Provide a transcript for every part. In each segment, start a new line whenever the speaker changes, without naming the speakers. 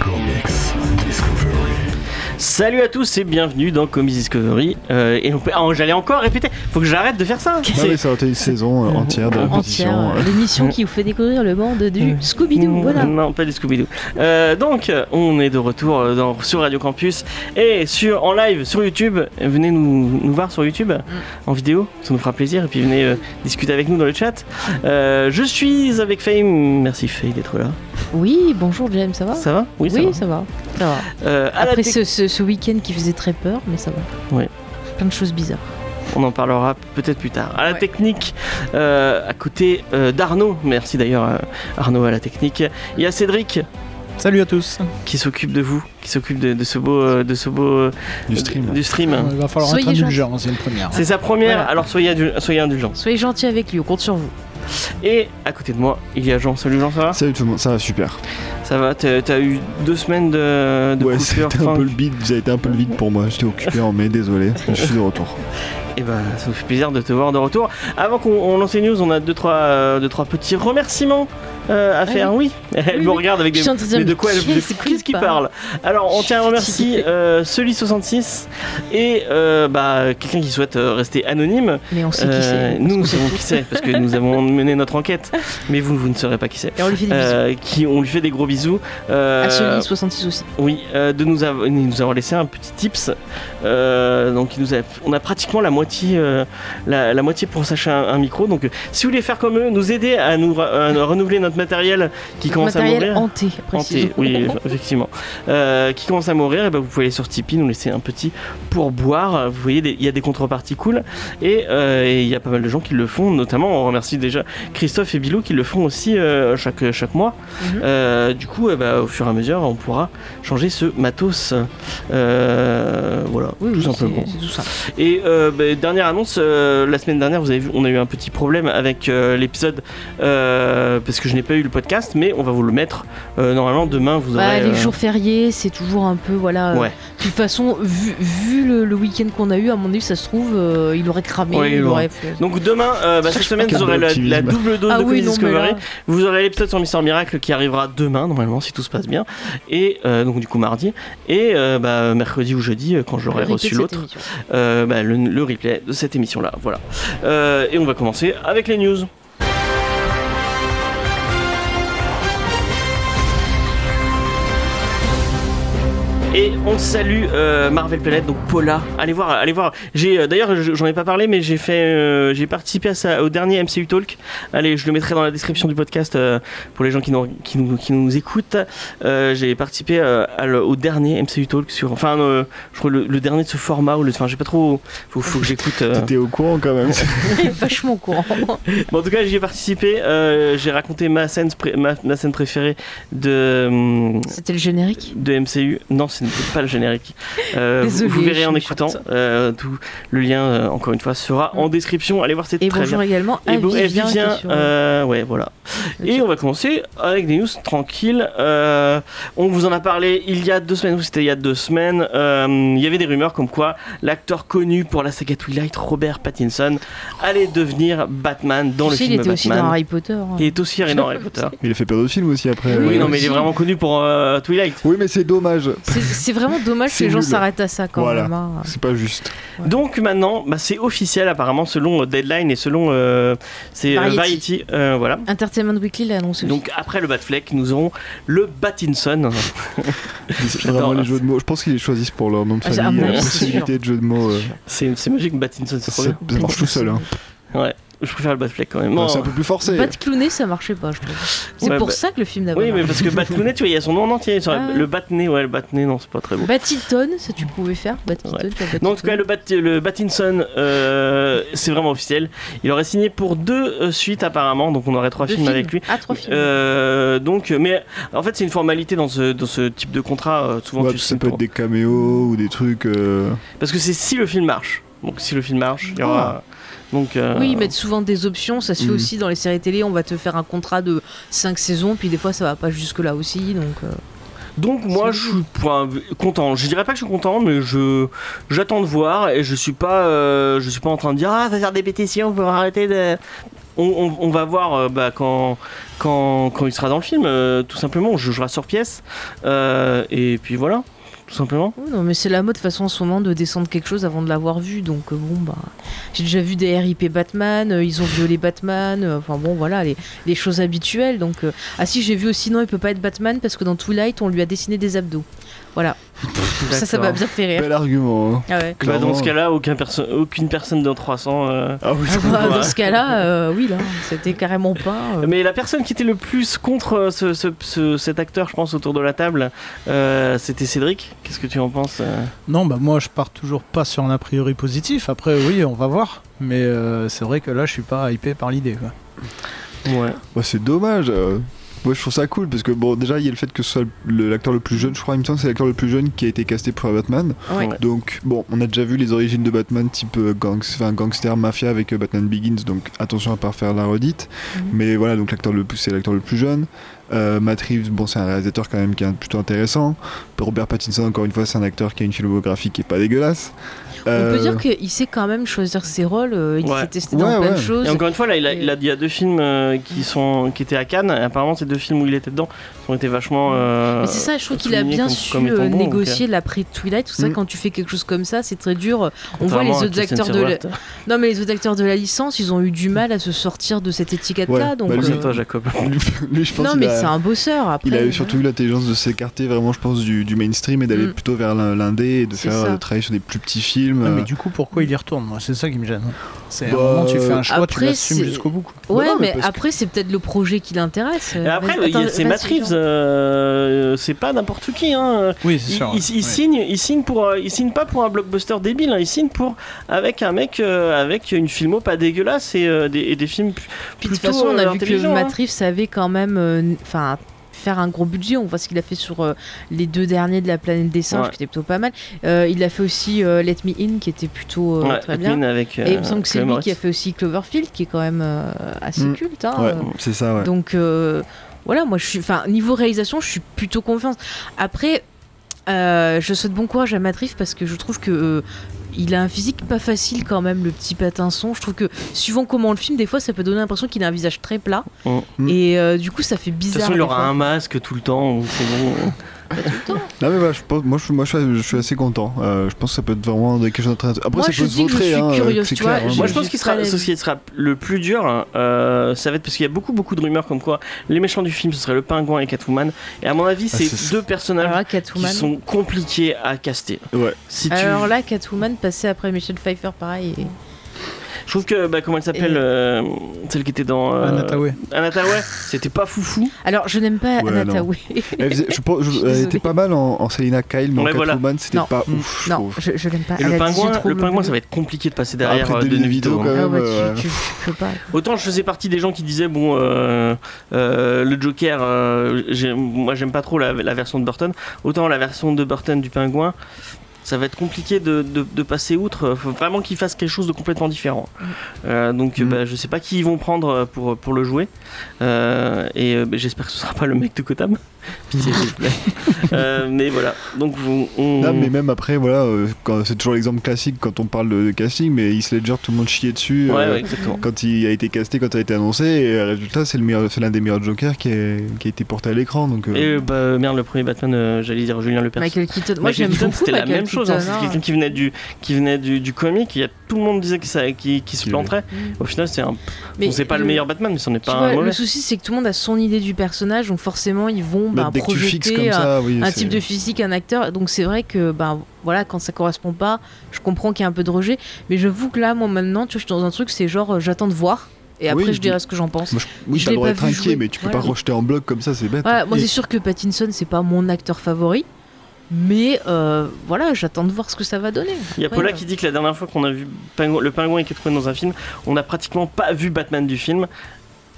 Comics Discovery.
Salut à tous et bienvenue dans Comics Discovery. Euh, et on peut- ah, j'allais encore répéter, faut que j'arrête de faire ça.
Non, mais ça a été une saison euh, entière de répétition. euh,
euh.
Entière,
Mm.
l'émission qui vous fait découvrir le monde du Scooby-Doo. Voilà.
Non, pas du Scooby-Doo. Euh, donc, on est de retour euh, dans- sur Radio Campus et sur, en live sur YouTube. Venez nous, nous voir sur YouTube
Mm.
en vidéo, ça nous fera plaisir. Et puis venez euh, discuter avec nous dans le chat. Euh, je suis avec Faye, merci Faye d'être là.
Oui, bonjour James, ça va
Ça va
Ah. Oui,
ça va.
ça va. Ça va.
Ah,
Euh, à la
Après
tec-
ce, ce- ce week-end qui faisait très peur, mais ça va.
Ouais.
Plein de choses bizarres.
On en parlera peut-être plus tard. À la
Ouais.
technique, euh, à côté euh, d'Arnaud, merci d'ailleurs euh, Arnaud à la technique, il y a Cédric
Salut à tous.
qui s'occupe de vous, qui s'occupe de, de ce beau, euh, de ce beau euh,
Du stream.
du stream.
Il va falloir
Soyez
être
gentils.
indulgent, c'est une première.
C'est sa première,
Voilà.
alors soyez, indul- soyez indulgents.
Soyez gentils avec lui, on compte sur vous.
Et à côté de moi, il y a Jean. Salut Jean, ça va
Salut tout le monde, ça va super.
Ça va T'as t'as eu deux semaines de, de
ouais,
coupure,
c'était un peu
Franck
le vide, ça a été un peu le vide pour moi. J'étais occupé en mai, désolé. Je suis de retour.
Et ben, ça nous fait plaisir de te voir de retour. Avant qu'on on lance les news, on a deux trois, euh, deux, trois petits remerciements euh, à
Ah
faire. Oui, elle
Oui,
me
oui.
regarde avec
Je
des.
suis en train de dire,
Mais de
mais
quoi elle-
qui
de-
est-ce
Qu'est-ce
qu'il
qu'il parle Alors, on
Je suis
tient à remercier
fatiguée.
euh, Sully66 et euh, bah, quelqu'un qui souhaite euh, rester anonyme.
Mais on sait qui
Euh,
c'est.
nous, nous
Parce qu'on
savons
sait
qui c'est parce que nous avons mené notre enquête. Mais vous, vous ne saurez pas qui c'est.
tout. Et on lui fait des bisous.
Euh, qui on lui fait des gros bisous. Euh,
À celui 66 aussi.
oui, euh, de nous, av- nous avoir laissé un petit tips. Euh, donc, il nous a- on a pratiquement la moitié, euh, la, la moitié pour s'acheter un, un micro. Donc, euh, si vous voulez faire comme eux, nous aider à nous ra- à renouveler notre matériel qui commence à
matériel
mourir.
hanté, précisément.
Hanté, oui, effectivement. Euh, qui commence à mourir, et ben, vous pouvez aller sur Tipeee, nous laisser un petit pourboire. Vous voyez, des- il y a des contreparties cool. Et euh, et il y a pas mal de gens qui le font, notamment, on remercie déjà Christophe et Bilou qui le font aussi euh, chaque, chaque mois.
Mhm.
Euh, du coup, eh ben, au fur et à mesure, on pourra changer ce matos. Euh, voilà,
Oui,
tout
oui,
simplement.
c'est- c'est tout ça.
Et euh, bah, dernière annonce, euh, la semaine dernière, vous avez vu, on a eu un petit problème avec euh, l'épisode euh, parce que je n'ai pas eu le podcast, mais on va vous le mettre euh, normalement demain. Vous aurez.
Bah,
euh,
les jours fériés, c'est toujours un peu, voilà. euh,
Ouais.
De toute façon, vu, vu le, le week-end qu'on a eu, à mon avis, ça se trouve, euh, il aurait cramé,
Ouais, il
il
aurait.
aurait fait-
Donc demain, euh, bah, cette semaine, vous aurez la, la double dose
Ah
de
oui,
Comics
non, mais
Discovery.
là,
Vous aurez l'épisode sur Mister Miracle qui arrivera demain, normalement, si tout se passe bien. Et euh, donc, du coup, mardi. Et euh, bah, mercredi ou jeudi, euh, quand j'aurai
le
reçu
replay de cette
l'autre,
émission.
euh, bah, le, le replay de cette émission-là. Voilà. Euh, et on va commencer avec les news. Et on salue euh, Marvel Planet, donc Paula. Allez voir, allez voir. J'ai euh, d'ailleurs, je- j'en ai pas parlé, mais j'ai fait, euh, j'ai participé à sa- au dernier MCU Talk. Allez, je le mettrai dans la description du podcast euh, pour les gens qui nous qui nous, qui nous écoutent. Euh, j'ai participé euh, à le- au dernier MCU Talk sur, enfin, euh, je crois le, le dernier de ce format ou le, enfin, j'ai pas trop. Faut, faut que j'écoute. euh.
T'étais au courant quand même.
Il est vachement au courant.
Bon, en tout cas, j'y ai participé. euh, j'ai raconté ma scène, pré- ma, ma scène préférée de. hum,
C'était le générique.
de MCU. Non, ce n'est pas le générique. Euh,
Désolée,
vous, vous verrez
je
en
me
écoutant.
chante.
Euh, tout le lien, euh, encore une fois, sera en description. Allez voir, c'est
Mm. Et
très
bonjour
bien.
également à
Et bon- et
Vivien, qui est
Vivien,
sur-
euh, ouais, voilà.
le
Et
chat.
on va commencer avec des news tranquilles. Euh, on vous en a parlé il y a deux semaines, ou c'était il y a deux semaines. euh, il y avait des rumeurs comme quoi l'acteur connu pour la saga Twilight, Robert Pattinson, allait devenir Batman dans
Tu
le
sais, il
film
était aussi dans
Batman.
Harry Potter. hein.
Il est aussi dans Harry Potter.
Il a fait plein d'autres films aussi après.
Oui,
euh.
non, mais il est
aussi.
vraiment connu pour euh, Twilight.
Oui, mais c'est dommage.
C'est- C'est vraiment dommage que
C'est
les gens
nul.
s'arrêtent à ça quand
Voilà.
même. hein.
C'est pas juste.
Ouais.
Donc maintenant, bah, c'est officiel apparemment selon euh, Deadline et selon euh, c'est euh, Variety.
Variety.
euh, voilà.
Entertainment Weekly l'a annoncé.
Donc après le Batfleck, nous aurons le Batinson.
C'est vraiment
là.
les jeux de mots. Je pense qu'ils les choisissent pour leur nom de
Ah, c'est- à
famille.
mon
La
avis, c'est
possibilité de jeux de mots. euh,
C'est c'est magique Batinson, c'est trop
Ça
bien.
ça marche tout seul. hein.
Je préfère le Batfleck quand même.
Enfin,
Oh.
C'est un peu plus forcé.
Pas de clowner, ça marchait pas, je trouve. C'est
Ouais,
pour
bah-
ça que le film d'avant.
Oui, mais parce que Batcounet, tu vois, il y a son nom en entier. Sur la-
Ah.
Le Batney, ouais, le Batney, non, c'est pas très beau.
Batiton, ça tu pouvais faire. Batiton,
Ouais.
t'as
Non, en tout
Batiton.
cas, le, Bat, le Batinson, euh, c'est vraiment officiel. Il aurait signé pour deux euh, suites apparemment, donc on aurait trois
Deux
films avec lui.
Ah, trois films.
Euh, donc, mais en fait, c'est une formalité dans ce, dans ce type de contrat. euh, Souvent,
Ouais,
tu
ça
signes
peut
pour-
être des caméos ou des trucs. euh,
Parce que c'est si le film marche. Donc si le film marche, il y aura.
Ah.
Donc, euh,
Oui, ils mettent souvent des options. Ça se
Mm.
fait
Mhm.
aussi dans les séries télé. On va te faire un contrat de 5 saisons, puis des fois ça va pas jusque-là aussi. Donc, euh,
donc moi je suis point- content. Je dirais pas que je suis content, mais je j'attends de voir et je suis pas euh, je suis pas en train de dire ah va faire des pétitions pour arrêter de. On, on- on va voir euh, bah, quand, quand quand il sera dans le film. euh, tout simplement, on jugera sur pièce Euh, et puis voilà, tout simplement.
ouais, Oh non, mais c'est la mode de toute façon en ce moment de descendre quelque chose avant de l'avoir vu. Donc, euh, bon, bah, j'ai déjà vu des RIP Batman. euh, ils ont violé Batman. euh, Enfin, bon, voilà, les, les choses habituelles. Donc, euh, ah si, j'ai vu aussi, non, il peut pas être Batman parce que dans Twilight, on lui a dessiné des abdos. Voilà, ça, ça m'a
D'accord.
bien fait rire.
Bel argument. hein.
Ah ouais.
Bah, dans
Clairement.
ce cas-là, aucun perso- aucune personne dans 300. euh,
Ah oui,
Ah bah,
Ouais.
dans ce cas-là, euh, oui, là, c'était carrément pas. euh,
Mais la personne qui était le plus contre euh, ce- ce- ce- cet acteur, je pense, autour de la table, euh, c'était Cédric. Qu'est-ce que tu en penses euh
Non, bah moi je pars toujours pas sur un a priori positif. Après, oui, on va voir. Mais euh, c'est vrai que là, je suis pas hypé par l'idée. quoi.
Ouais.
Bah, c'est dommage. euh. Moi je trouve ça cool parce que bon déjà il y a le fait que ce soit le- l'acteur le plus jeune, je crois il me semble que c'est l'acteur le plus jeune qui a été casté pour Batman.
ouais.
Ouais.
Donc bon on a déjà vu les origines de Batman type euh, gangs- enfin, gangster mafia avec euh, Batman Begins donc attention à pas faire la redite.
Mhm.
Mais voilà donc l'acteur le plus c'est l'acteur le plus jeune. Euh, Matt Reeves bon c'est un réalisateur quand même qui est plutôt intéressant. Robert Pattinson encore une fois c'est un acteur qui a une filmographie qui est pas dégueulasse.
On
Euh,
peut dire qu'il sait quand même choisir ses rôles, euh, il
Ouais.
s'est testé
Ouais,
dans plein de
ouais.
choses.
Et encore une fois, là, il, a- il a- il y a deux films euh, qui, sont, qui étaient à Cannes. Et apparemment, ces deux films où il était dedans ont été vachement. euh,
Mais c'est ça, je trouve qu'il a
souligné
bien
comme-
su
comme étant
euh,
bon,
négocier l'après Twilight. Tout ça,
Mm.
quand tu fais quelque chose comme ça, c'est très dur. Euh, On voit
contrairement
les
à
autres
Kristen
acteurs de la...
Stewart.
Non, mais les autres acteurs de la licence, ils ont eu du mal à se sortir de cette étiquette-là.
Ouais,
donc,
bah, lui,
euh,
C'est toi, Jacob.
lui, lui, je pense
non,
il
mais
a-
c'est un bosseur. Après,
Il a eu surtout eu l'intelligence de s'écarter vraiment, je pense, du, du mainstream et d'aller
Mm.
plutôt vers l'in- l'indé et de
C'est
faire
ça.
euh, travailler sur des plus petits films.
Ah, mais
euh.
du coup, pourquoi il y retourne Moi, c'est ça qui me gêne. C'est
Bah,
un moment, tu fais un choix, tu
après,
l'assumes
c'est-
jusqu'au bout. quoi.
Ouais,
Non, non, mais
mais,
parce que-
après, c'est peut-être le projet qui l'intéresse.
Et après,
Vas-y,
il y a-
attends,
c'est
vas-y,
Matt
Jean.
Reeves. euh, c'est pas n'importe qui. Hein.
Oui, c'est
Il,
sûr.
il- il signe, il signe pour, euh, il signe pas pour un blockbuster débile. hein, il signe pour avec un mec euh, avec une filmo pas dégueulasse et, euh, des, et des films. pu-
Puis de toute
plutôt,
façon,
euh,
on a vu que
intelligents, hein.
Matt Reeves savait quand même euh, enfin faire un gros budget. On voit ce qu'il a fait sur euh, les deux derniers de la planète des singes,
Ouais.
qui était plutôt pas mal. Euh, il a fait aussi euh, Let Me In, qui était plutôt euh,
Ouais,
très
Ed
bien.
Gein avec.
Et il
euh,
me semble que c'est
Chloé
lui qui a
Moretz.
fait aussi Cloverfield, qui est quand même euh, assez
Mm.
culte. hein,
Ouais,
euh.
c'est ça, ouais.
Donc euh, voilà, moi je suis, enfin niveau réalisation, je suis plutôt confiante. Après, euh, je souhaite bon courage à Matrif parce que je trouve que euh, il a un physique pas facile quand même, le petit patinson. Je trouve que suivant comment on le filme, des fois ça peut donner l'impression qu'il a un visage très plat
Oh.
Mm.
et euh, du coup ça fait
De toute
bizarre.
façon, il
des
aura
fois.
un masque tout le temps. C'est bon.
Non, mais voilà, je pense, moi, je, moi, je, suis- je suis assez content. Euh, je pense que ça peut être vraiment quelque chose d'intéressant. Après,
Moi,
ça
je
peut se
dis que je
vautrer,
suis
hein,
curieuse,
c'est
tu
clair,
vois,
hein,
je-
Moi,
mais-
je pense qu'il
j'ai
sera,
pas
ce
l'avis.
qui sera le plus dur, hein, euh, ça va être parce qu'il y a beaucoup, beaucoup de rumeurs comme quoi les méchants du film, ce serait le pingouin et Catwoman. Et à mon avis,
Ah,
c'est
c'est-
deux
Alors
personnages
là, Catwoman.
qui sont compliqués à caster.
Ouais.
Si tu...
Alors là, Catwoman passait après Michelle Pfeiffer, pareil. et-
Je trouve que, bah, comment elle s'appelle,
Et-
euh, celle qui était dans... euh,
Anna Thaoué.
Anna Thaoué, c'était pas foufou.
Alors je n'aime pas
Ouais,
Anna
non.
Thaoué.
Elle, faisait- je pense- je-
Je suis
elle était
désolée.
pas mal en, en Selina Kyle, mais en
Ouais, voilà.
Catwoman, c'était
Non. Mm.
pas ouf, je
non,
trouve.
je, je l'aime pas.
Et le
Elle a des yeux
pingouin,
trop
le pingouin,
bleus.
ça va être compliqué de passer derrière
Après,
euh,
Danny
Denevito,
DeVito,
hein.
quand
Ah ouais,
euh,
tu, tu- tu peux pas.
Autant je faisais partie des gens qui disaient bon euh, euh, le Joker, euh, j'ai- moi j'aime pas trop la, la version de Burton, autant la version de Burton du pingouin, ça va être compliqué de, de- de passer outre. Faut vraiment qu'ils fassent quelque chose de complètement différent. Euh, donc
Mm.
bah, je sais pas qui ils vont prendre pour, pour le jouer Euh, et euh, bah, j'espère que ce sera pas le mec de Kotam. Pitié s'il vous plaît. Euh, mais voilà. Donc on, on-
Non, mais même après, voilà, euh, quand- c'est toujours l'exemple classique quand on parle de, de casting, mais Heath Ledger, tout le monde chiait dessus.
ouais,
euh,
ouais, exactement.
quand il a été casté, quand ça a été annoncé, et euh, résultat, c'est le meilleur- c'est l'un des meilleurs Jokers qui, est- qui a été porté à l'écran. Donc, euh,
Et euh, bah, merde, le premier Batman, euh, j'allais dire Julien Lepers.
Michael Keaton, moi
Michael
j'aime
Keaton,
beaucoup
c'était la
Michael
même chose. hein.
Keaton,
C'était
hein.
quelqu'un qui venait du qui venait du, du comic. Il y a tout le monde disait que ça qui, qui se
Qui-
planterait. Au final, c'est un.
Mm. Mais
bon, c'est pas le, meilleur Batman, mais c'en est
tu
pas
vois,
un mauvais.
le souci, c'est que tout le monde a son idée du personnage, donc forcément, ils vont
bah,
bah,
dès que tu fixes comme
projeter un,
ça, oui,
un
c'est-
type de physique, un acteur. Donc c'est vrai que, bah, voilà, quand ça correspond pas, je comprends qu'il y a un peu de rejet. Mais j'avoue que là, moi maintenant, tu vois, je suis dans un truc, c'est genre, euh, j'attends de voir, et après,
Oui,
je dirai ce que j'en pense.
Moi, je- Oui,
je
t'as
l'ai
le droit
pas
d'être
vu
inquiet,
jouer.
mais tu peux
Voilà.
pas rejeter en bloc comme ça, c'est bête.
Voilà, moi,
Et-
c'est sûr que Pattinson, c'est pas mon acteur favori. Mais euh, voilà, j'attends de voir ce que ça va donner.
Il y a
Après,
Paula
euh,
qui dit que la dernière fois qu'on a vu Pingou- le pingouin et Catwoman dans un film, on n'a pratiquement pas vu Batman du film.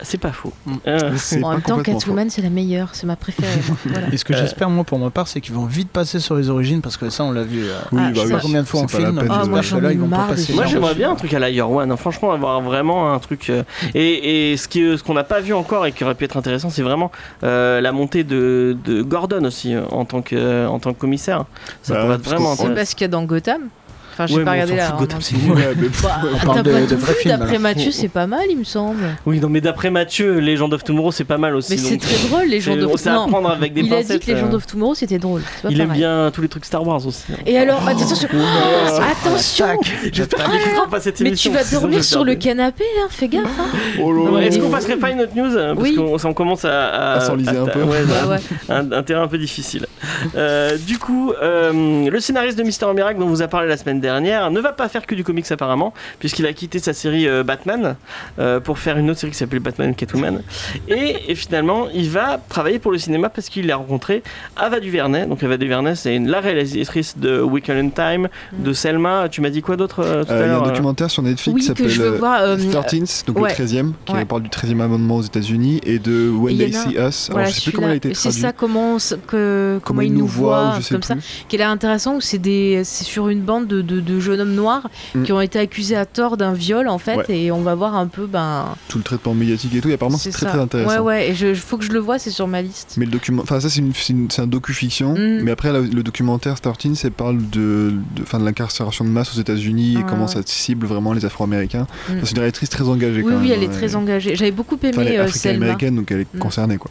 C'est pas faux. Euh,
C'est
en
pas
même temps,
complètement faux.
Catwoman, c'est la meilleure, c'est ma préférée. moi. voilà.
Et ce que
Euh.
j'espère, moi, pour ma part, c'est qu'ils vont vite passer sur les origines parce que ça, on l'a vu. euh,
Oui, bah
Ah,
je sais
oui,
pas combien de fois
c'est
on
pas la
filme.
peine de-
Ah, moi,
j'espère que là, ils vont
j'en ai
pas
marre
passer.
des
Moi
gens.
leur-
j'aimerais bien un truc à la Year One, hein. franchement avoir vraiment un truc. euh, Et, et ce qui- euh, ce qu'on n'a pas vu encore et qui aurait pu être intéressant, c'est vraiment euh, la montée de, de Gordon aussi euh, en tant que, euh, en tant que commissaire. Ça
Bah,
pourrait être
parce
vraiment
qu'on-
C'est
intéressant.
pas ce qu'il y a dans Gotham Enfin, j'ai
Ouais,
pas
mais on
regardé
s'en fout
là.
de Gotham,
en même
c'est
temps.
nul.
Ouais, mais-
Bah,
On
T'as
parle
pas tout
de- de vrais
vu,
films,
d'après
alors.
Mathieu, c'est pas mal, il me semble.
Oui, non, mais d'après Mathieu, Legend of Tomorrow, c'est pas mal aussi.
Mais c'est
donc,
très drôle, les gens
c'est-
de
C'est à
Non,
prendre avec des
Il a
pincettes.
dit que les gens
euh,
de Tomorrow c'était drôle. c'est pas
Il aime
pareil.
bien tous les trucs Star Wars aussi. hein.
Et alors, bah, attention, ah, attention
J'espère qu'il fera pas cette
Mais tu
émission,
vas
sinon je
dormir
vais
sur le
perdre.
canapé, hein, fais gaffe. hein.
Oh là
Non,
là.
mais
Est-ce
Oh.
qu'on passerait pas une autre news euh, Parce
Oui.
qu'on ça- on commence à, à,
À s'enliser un peu.
ouais,
Bah
bah,
ouais.
un, un terrain un peu difficile. Euh, du coup, euh, le scénariste de Mister Miracle dont on vous a parlé la semaine dernière ne va pas faire que du comics apparemment, puisqu'il a quitté sa série euh, Batman euh, pour faire une autre série qui s'appelle Batman Catwoman. Et, et finalement, il va travailler pour le cinéma parce qu'il a rencontré Ava DuVernay. Donc Ava DuVernay, c'est une- la réalisatrice de Weekend in Time, de Selma. Tu m'as dit quoi d'autre euh, tout
Euh,
à
Il y a
l'heure
un
euh
documentaire sur Netflix qui
Oui, que je veux
s'appelle
voir. euh, euh,
13 donc
ouais.
le 13e, qui
Ouais.
parle du 13e amendement aux États-Unis et de When
Et il y
They
en a-
See Us. Alors,
Voilà,
je sais plus comment il a été
celui-là, c'est
traduit.
ça comment, on s- que, comment il nous
voit,
voit,
ou
un
je
truc
sais
comme ça.
plus.
Qui est là intéressant où c'est des, c'est sur une bande de, de- de jeunes hommes noirs
Mm.
qui ont été accusés à tort d'un viol en fait,
Ouais.
et on va voir un peu ben.
Tout le traitement médiatique et tout, et apparemment c'est très
ça.
très intéressant.
Ouais ouais, et je, je- faut que je le vois, c'est sur ma liste.
Mais le document, enfin ça c'est une, c'est une- c'est un docu-fiction,
Mm.
mais après la- le documentaire Starting, ça parle de, de, enfin, de l'incarcération de masse aux États-Unis et
Ah,
comment
ouais.
ça cible vraiment les Afro-Américains.
Mm.
Enfin, C'est une réalisatrice très engagée.
Oui
quand
oui,
même,
elle est
ouais.
très engagée. J'avais beaucoup
Enfin, elle
aimé
est
euh, Selma.
africaine, donc elle est
Mm.
concernée quoi.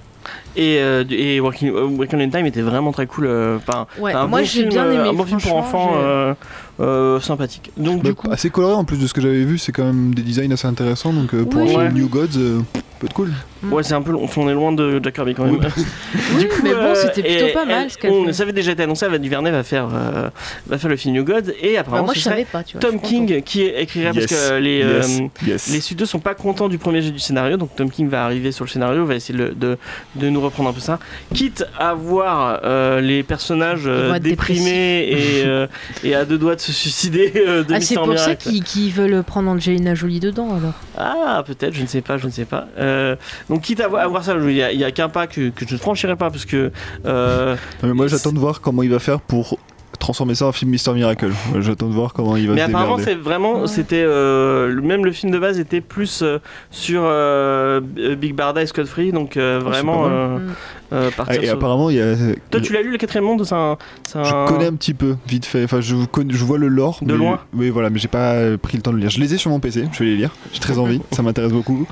Et, euh, du- et Walking- euh, Weekend in Time était vraiment très cool. euh, par-
Ouais,
T'as un
moi
bon
j'ai
film,
bien
euh,
aimé.
un bon film pour
franchement,
enfants
j'ai-
euh, euh, sympathique. Donc du
Bah,
coup,
assez coloré en plus de ce que j'avais vu, c'est quand même des designs assez intéressants, donc euh, pour
Oui.
un film
Ouais.
New Gods, euh, peut être cool.
Mm.
ouais, c'est un peu long. On est loin de Jack Kirby quand même.
Oui,
Du coup,
mais bon,
euh,
c'était plutôt
et-
pas mal
elle-
ce qu'elle
on-
fait.
Ça avait déjà été annoncé. Ava DuVernay va faire euh, va faire le film New God et
Bah,
apparemment
moi
ce
je
serait
savais pas, tu vois. je
Tom
suis contente.
King qui écrira parce
Yes.
que euh, les
Yes.
euh,
Yes.
les studios sont pas contents du premier jet du scénario, donc Tom King va arriver sur le scénario, va essayer de, de, de nous reprendre un peu ça. Quitte à voir euh, les personnages euh,
Ils vont être
déprimés et, euh, et à deux doigts de se suicider euh, de
Ah,
Mister
c'est pour ça
Miracle.
qu'ils qu'ils veulent prendre Angelina Jolie dedans alors.
Ah, peut-être, je ne sais pas, je ne sais pas. Euh, donc, quitte à vo- à voir ça, il n'y a, il y a qu'un pas que, que je ne franchirai pas, parce que. euh,
Non, mais moi j'attends de voir comment il va faire pour transformer ça en film Mister Miracle. Moi, J'attends de voir comment il va
mais
se
apparemment,
démerder.
c'est vraiment.
Ouais.
C'était. euh, le- même le film de base était plus euh, sur euh, B- Big Barda et Scott Free, donc euh,
Ah, pas
vraiment.
mal.
euh,
Mm.
euh,
Ah,
partir
et
sur-
apparemment, il y a.
Toi, tu l'as lu, le quatrième monde c'est un, c'est
Je
un-
connais un petit peu, vite fait. Enfin, je, connais- je vois le lore.
Euh, De
mais-
loin
Oui, voilà, mais j'ai pas euh, pris le temps de le lire. Je les ai sur mon PC, je vais les lire. J'ai très envie, ça m'intéresse beaucoup.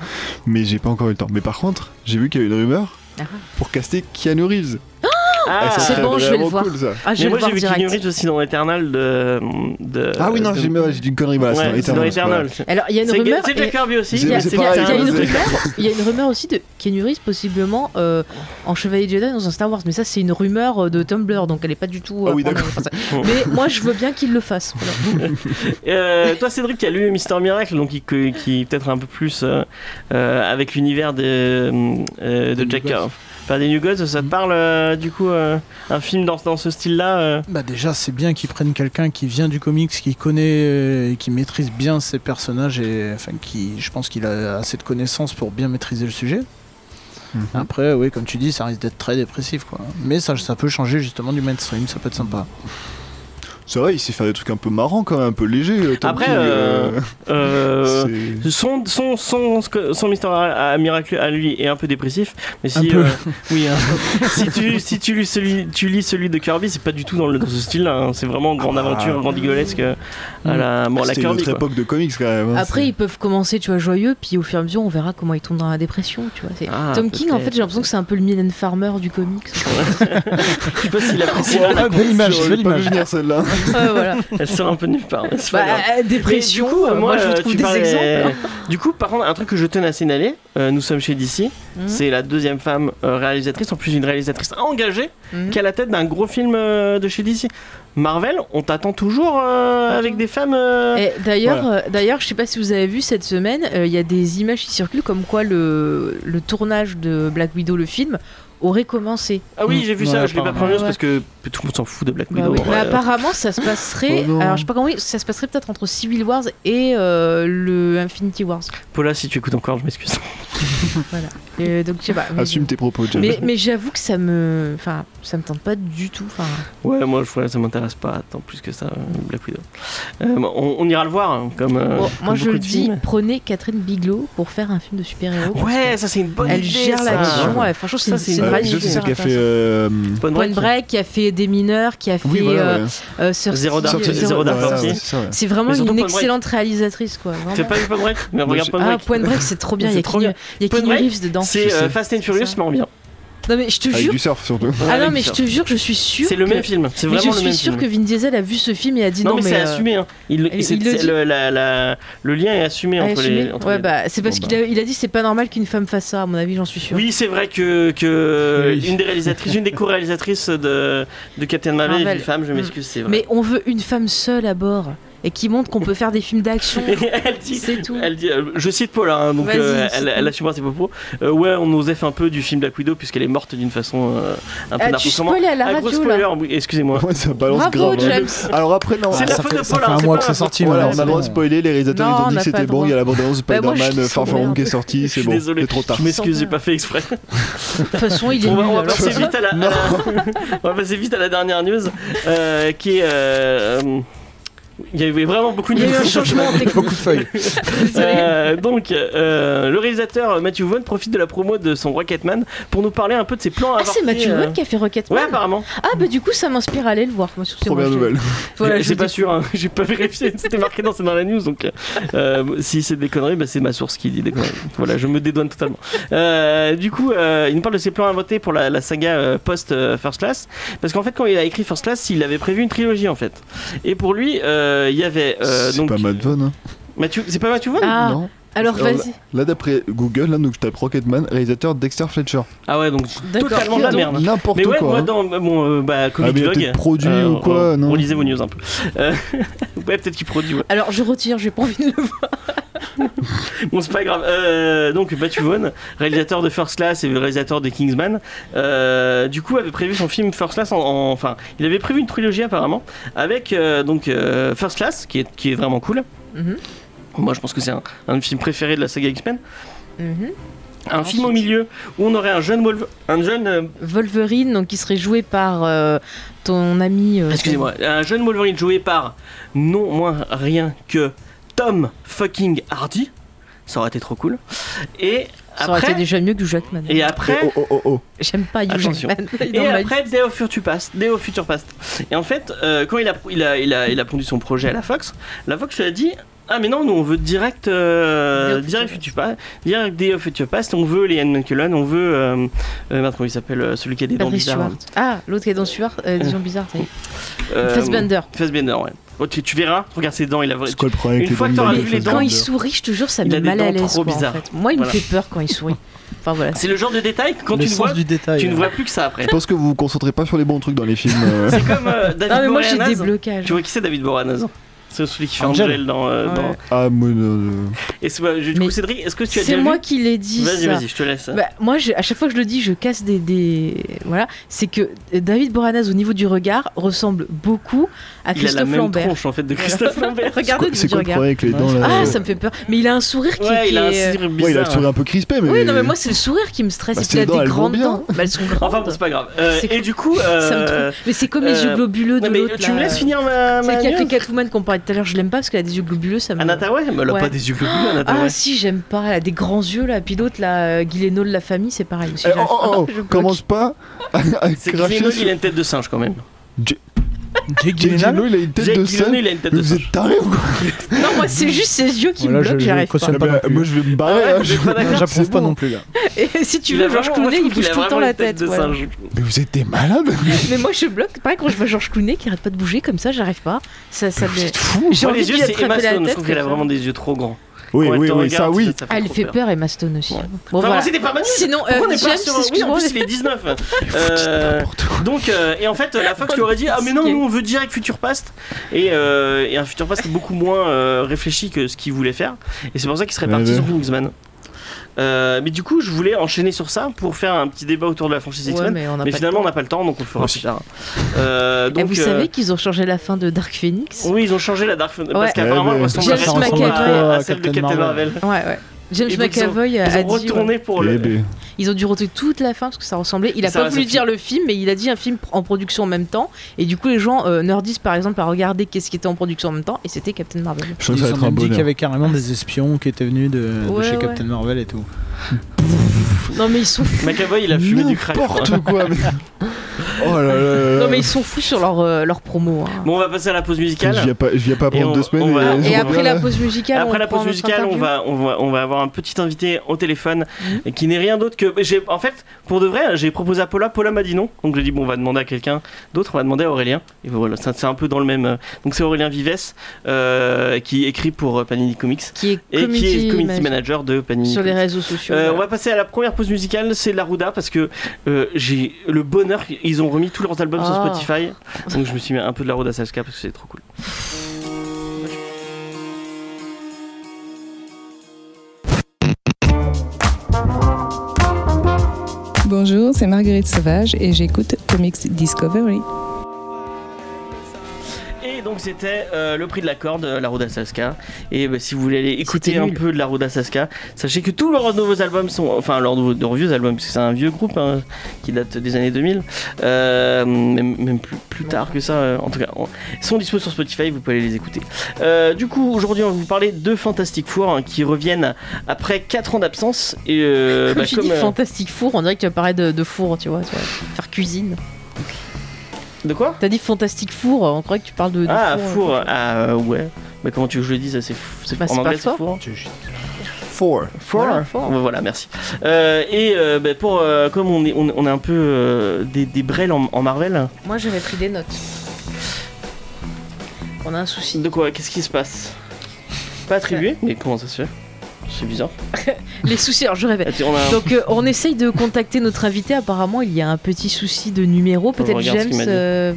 Mais j'ai pas encore eu le temps. Mais par contre, j'ai vu qu'il y a eu une rumeur
Ah.
pour caster Keanu Reeves.
Ah,
ça
c'est
serait
bon, je vais le
vraiment
voir.
cool, ça.
Ah, je
mais
vais
moi
le voir
j'ai vu
direct.
Keanu Reeves aussi dans Eternal de, de-
Ah oui, non,
Euh,
de-
j'ai ouais, j'ai dit une connerie. Voilà,
Ouais,
c'est dans
c'est dans
Eternal.
Eternal.
Alors, il y a une
C'est
rumeur.
c'est hein,
et-
Jack Kirby aussi.
C'est-
Il y a-
c'est
il y a-
pareil,
il y a une
ouais, c'est-
rumeur- il y a une rumeur aussi de Ken Uris possiblement euh, en Chevalier Jedi dans un Star Wars, mais ça c'est une rumeur euh, de Tumblr, donc elle est pas du tout. euh,
Ah oui,
prendre-
d'accord.
enfin, ça- mais moi je veux bien qu'il le fasse. voilà.
Euh, toi, Cédric, qui a lu Mister Miracle, donc qui, qui- qui est peut-être un peu plus euh, euh, avec l'univers de, euh, de
Des
Jack
New Gods. Mm.
Kirby. Enfin, des New Gods, ça te parle euh, du coup euh, un film dans, dans ce style-là euh,
Bah déjà, c'est bien qu'ils prennent quelqu'un qui vient du comics, qui connaît, euh, et qui maîtrise bien ses personnages et enfin qui, je pense qu'il a assez de connaissances pour bien maîtriser le sujet.
Mhm.
Après, oui, comme tu dis, ça risque d'être très dépressif, quoi. Mais ça, ça peut changer justement du mainstream, ça peut être sympa.
C'est vrai, il sait faire des trucs un peu marrants, quand même, un peu légers. euh, Tom
Après,
King,
euh, euh,
c'est-
Son, son, son, son Mister à, à Miracle à lui est un peu dépressif, mais si,
Un peu.
euh, oui, hein. si, tu, si tu, lis celui, tu lis celui de Kirby, c'est pas du tout dans, le, dans ce style-là. hein. C'est vraiment grande
Ah.
aventure, grandiolesque. euh, À la, bon, à la
C'était une
Kirby.
autre
quoi.
époque de comics quand même. hein,
Après
c'est-
ils peuvent commencer, tu vois, joyeux, puis au fur et à mesure on verra comment ils tombent dans la dépression, tu vois. C'est-
Ah,
Tom King, en
peut-être.
fait, j'ai l'impression que c'est un peu le Mylène Farmer du comics.
Je sais pas s'il apprécie.
Ah, belle image,
J'aurais
belle
pas vu
image.
venir celle-là.
Ouais, voilà.
Elle sort un peu de nulle part. mais c'est pas
Bah,
grave.
euh, dépression,
Mais du coup,
euh, moi, je vous
euh,
trouve
tu
des
parlais-
exemples. hein.
Du coup, par contre, un truc que je tenais à signaler, euh, nous sommes chez DC,
Mhm.
c'est la deuxième femme euh, réalisatrice, en plus une réalisatrice engagée,
Mhm.
qui est à la tête d'un gros film euh, de chez DC. Marvel, on t'attend toujours euh, avec des femmes. euh,
Et D'ailleurs, euh, d'ailleurs, je sais pas si vous avez vu cette semaine, euh, il y a des images qui circulent comme quoi le, le tournage de Black Widow, le film, aurait commencé.
Ah oui, j'ai vu
Ouais,
ça, je l'ai pas
apparemment.
pris en news
Ouais.
parce que tout le monde s'en fout de Black
Bah
Widow.
oui.
en
Mais
vrai.
apparemment, ça se passerait.
Oh non.
alors, je sais pas comment. Ça se passerait peut-être entre Civil Wars et euh, le Infinity Wars.
Paula, si tu écoutes encore, je m'excuse.
Et donc, je sais pas. mais-
Assume tes propos, James.
Mais, mais j'avoue que ça me, enfin, ça me tente pas du tout. Enfin,
Ouais, moi, je, ouais, ça m'intéresse pas tant plus que ça, euh, Black Widow. Euh, on, on ira le voir, hein, comme. euh,
bon,
comme
moi je
beaucoup
le
de
dis,
films.
prenez Catherine Biglow pour faire un film de super-héros. parce
Ouais, ça, c'est une bonne
qu'elle
idée.
gère
ça. Ah.
l'action. Ouais, franchement,
Ça,
c'est
c'est
c'est une
une
vraie
bonne
je
idée.
idée.
sais, c'est qui a fait.
intéressante.
euh,
Point
Point Break, qui a fait Des Mineurs, qui a fait
Oui, voilà.
euh,
ouais.
euh, Sortie-
Zero Dark-
Zero-
Zero Dark
Zero
Voilà,
Thirty.
ouais, c'est ça, ouais.
C'est vraiment
Mais surtout
une
Point Break.
excellente réalisateur réalisatrice, quoi. vraiment.
T'as pas vu Point Break Mais regarde
j'ai-
Point
Ah,
Break.
Point Break, c'est trop bien. Il y
C'est
a
trop
Keanu, il y a
Point
Keanu
Break,
Reeves dedans.
c'est
je
euh,
sais.
Fast and Furious,
ça.
mais en bien.
Non, mais je te
Avec
jure.
du surf surtout.
Ah non,
Avec
mais je
ça.
te jure que je suis sûr.
C'est le même film, c'est vraiment
je
le
suis
même
sûr
film.
que Vin Diesel a vu ce film et a dit
Non,
non,
mais, c'est
euh,
assumé. Hein. Il,
il-
c'est-
il le
c'est
dit.
le, la- la- le lien est assumé
a
entre
assumé.
les. Entre
Ouais,
les-
bah, c'est parce
Bon,
qu'il a, il a dit c'est pas normal qu'une femme fasse ça, à mon avis, j'en suis sûr.
Oui, c'est vrai que, que
Oui.
une des réalisatrices, une des co-réalisatrices de, de Captain Marvel, est
Marvel.
une femme, je
Mm.
m'excuse, c'est vrai.
Mais on veut une femme seule à bord et qui montre qu'on peut faire des films d'action.
Et elle dit,
C'est tout.
elle dit, euh, je cite Paula, hein, donc
Vas-y,
euh, elle,
cite-nous.
elle assumera ses propos. Euh, ouais, on osef un peu du film Black Widow puisqu'elle est morte d'une façon euh, un peu
Ah, tu
narcissement.
spoil à la
Ah, gros
radio
spoiler,
là.
oui, excusez-moi.
Ouais, ça balance
Bravo
grave. hein.
James.
Alors après, non.
C'est la
Ah, ça
faute
fait,
de
ça fait
Paul, hein,
un
c'est
mois
pas
que c'est
la faute
sorti.
Voilà,
mais
on a le droit de spoiler, les réalisateurs
Non,
ils ont
on
dit
n'a
que
pas
c'était
le
bon, il y a la bande-annonce
Bah, moi, je
Spider-Man,
suis
Far From
désolée.
Home qui est sorti,
Je
c'est
suis
bon,
désolé.
c'est trop tard.
Je m'excuse, j'ai pas fait exprès.
De toute façon, il est
On va,
nul,
on va
alors.
passer vite à la, à la- on va passer vite à la dernière news euh, qui est. euh, euh, il y avait vraiment beaucoup de
Il y a eu un
news.
changement technique. Ah,
beaucoup de feuilles.
Désolé.
Euh, donc, euh, le réalisateur Matthew Vaughn profite de la promo de son Rocketman pour nous parler un peu de ses plans à
Ah, c'est Mathieu Wood qui a fait
euh. Ouais,
Rocketman.
apparemment.
ah, bah du coup, ça m'inspire à aller le voir. Moi, sur-
Première
moi, je-
nouvelle.
Voilà, je
c'est
vous
pas
dis-
sûr, hein. j'ai pas vérifié, c'était marqué dans, c'est dans la news, donc euh, si c'est des conneries, bah, c'est ma source qui dit des conneries. Voilà, je me dédouane totalement. Euh, du coup, euh, il nous parle de ses plans inventés pour la, la saga euh, post euh, First Class, parce qu'en fait, quand il a écrit First Class, il avait prévu une trilogie en fait. Et pour lui, euh, il y avait euh,
C'est
donc
pas mal de fun, hein.
Mathieu, c'est pas Matthew Vaughn ah.
Ah,
Non.
alors
Alors,
vas-y.
Là, d'après Google, là, donc je tape Rocketman, réalisateur Dexter Fletcher.
Ah ouais, donc
D'accord.
totalement de la
Donc,
merde.
N'importe
Mais ouais,
quoi.
moi
hein.
dans mon euh, bah,
Ah, mais il
comic
y a
blog,
peut-être produit
euh,
ou quoi,
on,
non
on lisait vos news un peu. Euh, ouais, peut-être qu'il produit. ouais.
Alors je retire, j'ai pas envie de le voir.
Bon, c'est pas grave. Euh, donc, Matthew Vaughn, réalisateur de First Class et réalisateur de Kingsman, euh, du coup, avait prévu son film First Class en, en- Enfin, il avait prévu une trilogie apparemment, avec euh, donc euh, First Class, qui est, qui est vraiment cool.
Mhm.
Moi, je pense que c'est un, un film préféré de la saga X-Men. Mhm. Un
Ah,
film au milieu où on aurait un jeune Wolver- un jeune, euh,
Wolverine, donc qui serait joué par euh, ton ami. euh,
excusez-moi, un jeune Wolverine joué par non moins rien que Tom fucking Hardy. Ça aurait été trop cool. Et
Ça aurait
après,
été déjà mieux que Hugh Jackman.
et après,
Oh, oh, oh, oh.
J'aime pas Hugh
Attention.
Jackman. Il est
Et
dans ma
après, Day of Future Past. Day of Future Past. Et en fait, euh, quand il a, il, a, il, a, il a pondu son projet à la Fox, la Fox lui a dit Ah, mais non, nous on veut direct, euh,
Day of
direct,
Future
Future Past, direct Day of Future Past, on veut les Ian McKellen, on veut. Euh, euh, merde, comment il s'appelle euh, Celui qui a des dents
Patrick
bizarres. hein.
Stewart. Ah, l'autre qui est dans Stewart, euh, des gens bizarres, ça y est. Fassbender.
Euh, Fassbender, ouais. Oh, tu, tu verras, regarde ses dents, il a.
C'est quoi le problème
Une
avec les
fois
dents
que t'auras
de
vu les
Fassbender
Quand il sourit, je te jure, ça
Il a
me
des
mal
dents
à l'aise.
trop
quoi, en
bizarres.
fait. Moi, il
Voilà.
me fait peur quand il sourit. Enfin voilà.
C'est le genre de détail que quand
le
tu le
sens
vois,
du détail.
tu ne
hein.
vois plus que ça après.
Je pense que vous vous concentrez pas sur les bons trucs dans les films. euh.
C'est comme euh, David
Non, mais moi j'ai
Boreanaz.
des blocages.
Tu vois qui c'est David Boreanaz C'est celui qui fait
Angel.
Angel, dans, euh,
Ouais.
dans-
Ah, moi, euh,
Et c'est- bah, du coup,
Mais
Cédric, est-ce que tu as
C'est
déjà
moi
vu
qui l'ai dit.
Vas-y,
ça.
vas-y, je te laisse.
Bah, moi, je- à chaque fois que je le dis, je casse des. des... Voilà. C'est que David Boranaz, au niveau du regard, ressemble beaucoup
il
à
a la
Christophe
même
Lambert.
tronche en fait de Christophe Lambert.
Regardez au niveau
C'est
Ah, du
quoi le
regard.
problème avec les dents
Ouais.
là
Ah,
euh,
ça me fait peur. Mais il a un sourire qui,
Ouais,
qui
il a un
est. euh,
sourire
Ouais, il a le
bizarre.
sourire un peu crispé, mais.
Oui, non, mais moi, c'est le sourire qui me stresse.
Bah,
et
ses
qu'il a
dents,
des
elles vont
grandes
bien.
dents. Bah, elles sont grandes.
Enfin bon, c'est pas grave. Euh,
C'est
et
que-
du coup,
Ça me
euh,
trouve- Mais c'est comme les
euh,
yeux globuleux de
non, mais
l'autre.
tu me
là.
laisses finir ma, ma
Celle qui a fait
news
Catwoman qu'on parlait tout à l'heure, je l'aime pas parce qu'elle a des yeux globuleux, ça me.
Anna Tawai Mais elle a
Ouais.
pas des yeux globuleux, Anna
Ah
Tawai.
si, j'aime pas. Elle a des grands yeux là. Puis l'autre, la Guileno de la famille, c'est pareil aussi.
Eh,
j'arrive-
oh, oh, oh,
je bloque.
commence pas à à
C'est Guileno,
cracher sur-
il a une tête de singe quand même.
Jake
Jake
Gyllenhaal
Gyllenhaal, il a une tête
Jake
de
Guileno,
scène.
il a une tête de
Vous
singe.
êtes taré ou quoi
Non, moi c'est juste ses yeux qui
Voilà,
me
je-
bloquent,
je
j'arrive pas.
cautionne. pas
Ah,
non
bah,
plus.
Moi, je vais me
Ah ouais,
barrer. hein,
vous
je-
êtes pas d'accord
J'approuve
C'est
pas
bon.
non plus là.
Et si tu
Il a
veux, Georges
vraiment- moi, je trouve
Clooney, il
qu'il
bouge
a
tout le temps
vraiment
la
une
tête.
de
voilà.
singe.
Mais vous êtes des malades
Mais moi je bloque. Pareil quand je vois Georges Clooney qui arrête pas de bouger comme ça, j'arrive pas. Ça, ça me.
Fou
J'ai
Moi,
envie
les
de
yeux,
lui
c'est Emma
attraper la
Stone. Je
tête.
trouve qu'elle a
comme ça.
vraiment des yeux trop grands.
Oui,
Quand elle
oui,
te
oui, ça
regarde,
oui.
fait
Ah, elle
trop
fait peur Emma Stone aussi.
Ouais.
Bon
Enfin,
voilà.
moi, c'était pas ma news.
Sinon, euh,
Pourquoi on est pas
James,
sur- oui, en
excuse-moi.
plus, il est 19. Euh, donc, euh, et en fait, la Fox lui aurait dit Ah, mais non, nous on veut direct Future Past. Et, euh, et un Future Past beaucoup moins euh, réfléchi que ce qu'il voulait faire. Et c'est pour ça qu'il serait parti
Ouais, ouais.
sur Kingsman. Euh, mais du coup, je voulais enchaîner sur ça pour faire un petit débat autour de la franchise
Ouais,
X-Men. mais
mais on n'a pas
finalement, on
de temps.
n'a pas le temps, donc on le fera
Ouais.
plus tard. Euh,
Eh,
donc,
vous
euh,
savez qu'ils ont changé la fin de Dark Phoenix
Oui, ils ont changé la Dark Phoenix parce
Ouais,
qu'apparemment, elle
mais-
ressemble
James
vachement
McAvoy.
à, à celle de
Captain
Captain Marvel.
Marvel.
Ouais, ouais. James
Et donc, ils ont-
McAvoy a,
Ils
a
ont
dit.
retourné pour
Eh
le.
ben.
Ils ont dû retourner toute la fin parce que ça ressemblait. Il a
Ça
pas
va,
voulu
ça
dire le film, mais il a dit un film en production en même temps. Et du coup, les gens euh, nerdistes par exemple à regarder qu'est-ce qui était en production en même temps, et c'était Captain Marvel.
Je pense
Ils
que ça va
ont
être un
même dit qu'il y
bonheur.
avait carrément des espions qui étaient venus de, de
Ouais,
chez
ouais.
Captain Marvel et tout.
Non mais ils sont fous.
McAvoy, il a fumé du crack.
N'importe quoi. mais- Oh là là.
Non mais ils sont fous sur leur euh, leur promo. hein.
Bon, on va passer à la pause
Je viens
musicale.
pas, je viens pas
on-
prendre deux semaines.
on va-
ils
Et
ont
après
rien,
la
là.
pause musicale,
Ah, Après
on
la
prend
pause
notre
musicale, on
interview. Mhm.
va, on, va, on va avoir un petit invité au téléphone et qui n'est rien d'autre que. j'ai- En fait, pour de vrai, j'ai proposé à Paula, Paula m'a dit non. Donc j'ai dit, bon, on va demander à quelqu'un d'autre, on va demander à Aurélien. Et voilà, ça- c'est un peu dans le même. euh, Donc c'est Aurélien Vives euh, qui écrit pour euh, Panini Comics
qui est
et
community,
qui est community manager
manager
de Panini
sur les
Comics.
réseaux sociaux.
Euh, on
voilà.
va passer à la première pause musicale, c'est de la Rouda parce que euh, j'ai le bonheur, ils ont remis tous leurs albums sur
Ah.
Spotify, donc je me suis mis un peu de la Rouda Salska parce que c'est trop cool.
Bonjour, c'est Marguerite Sauvage et j'écoute Comics Discovery.
Et donc c'était euh, le prix de la corde, euh, la Rouda Salska. Et bah, si vous voulez aller écouter
C'était
un
nul.
peu de la Rouda Salska, sachez que tous leurs nouveaux albums sont, enfin leurs, nouveaux- leurs vieux albums, parce que c'est un vieux groupe hein, qui date des années 2000, euh, même, même plus, plus tard que ça. euh, en tout cas, on- sont dispo sur Spotify, vous pouvez aller les écouter. Euh, du coup, aujourd'hui, on va vous parler de Fantastic Four hein, qui reviennent après 4 ans d'absence. Et euh,
Comme
bah,
tu
comme,
dis
euh,
fantastique four, on dirait que tu vas parler de, de four, tu vois, tu vois, faire cuisine.
de quoi
T'as dit fantastique four, on croyait que tu parles de, de
Ah,
four. hein.
four, ah euh, ouais. Bah, comment tu veux que je le dise C'est fou- c'est-
Bah,
en
c'est
anglais,
pas
c'est
fort.
four. hein?
Four.
Four.
Voilà, four.
Ouais, Voilà, merci. Euh, et euh, bah, pour euh, comme on est on, on est un peu euh, des, des brels en, en Marvel.
Moi j'avais pris des notes. On a un souci.
De quoi Qu'est-ce qui se passe Pas attribué Mais comment ça se fait C'est bizarre.
Les soucis, alors je répète.
Attends, on a un-
Donc euh, on essaye de contacter notre invité, apparemment il y a un petit souci de numéro,
Faut que
peut-être
je regarde ce
James
qu'il m'a dit.
euh,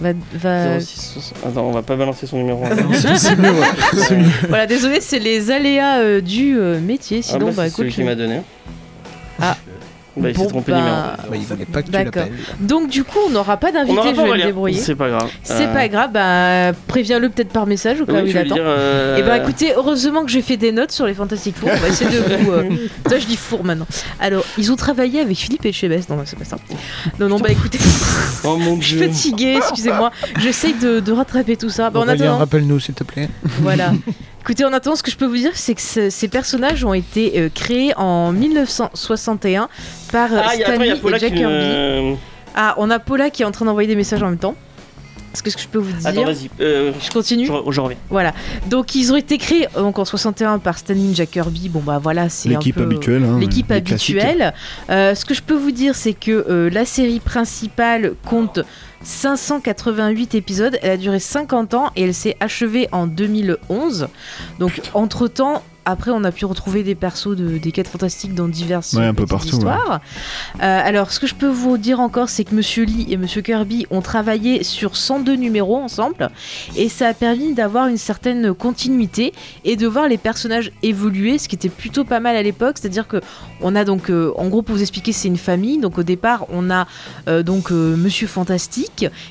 va... va, va...
06, Attends, on va pas balancer son numéro.
Ah,
C'est mieux, ouais. C'est mieux.
Voilà, désolé, c'est les aléas euh, du euh, métier,
Ah,
sinon
bah,
bah
c'est celui
écoute...
qui m'a donné.
Ah.
Bah, il s'est
bon,
trompé de
bah,
numéro.
Bah, il valait pas que tu
D'accord.
l'appelles.
Donc du coup on n'aura pas
On aura
d'invité,
pas
je vais me
Aurélien.
débrouiller.
C'est pas grave.
C'est
Euh,
pas grave, bah, préviens-le peut-être par message au cas
Oui,
où
tu
il
veux
attend.
dire. euh,
Et bah écoutez, heureusement que j'ai fait des notes sur les Fantastic Four, on va essayer de vous. euh, Toi je dis four maintenant. Alors, ils ont travaillé avec Philippe Etchebest, non, c'est pas ça. Non, non, bah écoutez,
Oh mon
je suis
dieu.
fatiguée, excusez-moi. J'essaye de, de rattraper tout ça. Bah, en
Aurélien,
attendant,
rappelle-nous s'il te plaît.
voilà. Écoutez, en attendant, ce que je peux vous dire, c'est que ce- ces personnages ont été euh, créés en 1961 par euh,
Ah, il y a- attends, il
Stanley
y a Paula
et Jack
qui. euh,
Kirby.
me-
Ah, on a Paula qui est en train d'envoyer des messages en même temps. Est-ce que ce que je peux vous dire
Attends, vas-y. euh,
Je continue.
Je je reviens.
Voilà. Donc ils ont été créés euh, donc en 61 par Stanley et Jack Kirby. Bon bah voilà, c'est un
L'équipe
peu-
habituelle. hein,
L'équipe
les classiques.
habituelle. Euh, ce que je peux vous dire, c'est que euh, la série principale compte 588 épisodes. Elle a duré 50 ans et elle s'est achevée en 2011. Donc, entre temps, après, on a pu retrouver des persos de- des quêtes fantastiques dans diverses
Ouais, un peu
petites
partout,
histoires. Euh, alors, ce que je peux vous dire encore, c'est que Monsieur Lee et Monsieur Kirby ont travaillé sur 102 numéros ensemble et ça a permis d'avoir une certaine continuité et de voir les personnages évoluer, ce qui était plutôt pas mal à l'époque. C'est-à-dire que on a donc, euh, en gros, pour vous expliquer, c'est une famille. Donc, au départ, on a euh, donc euh, Monsieur Fantastique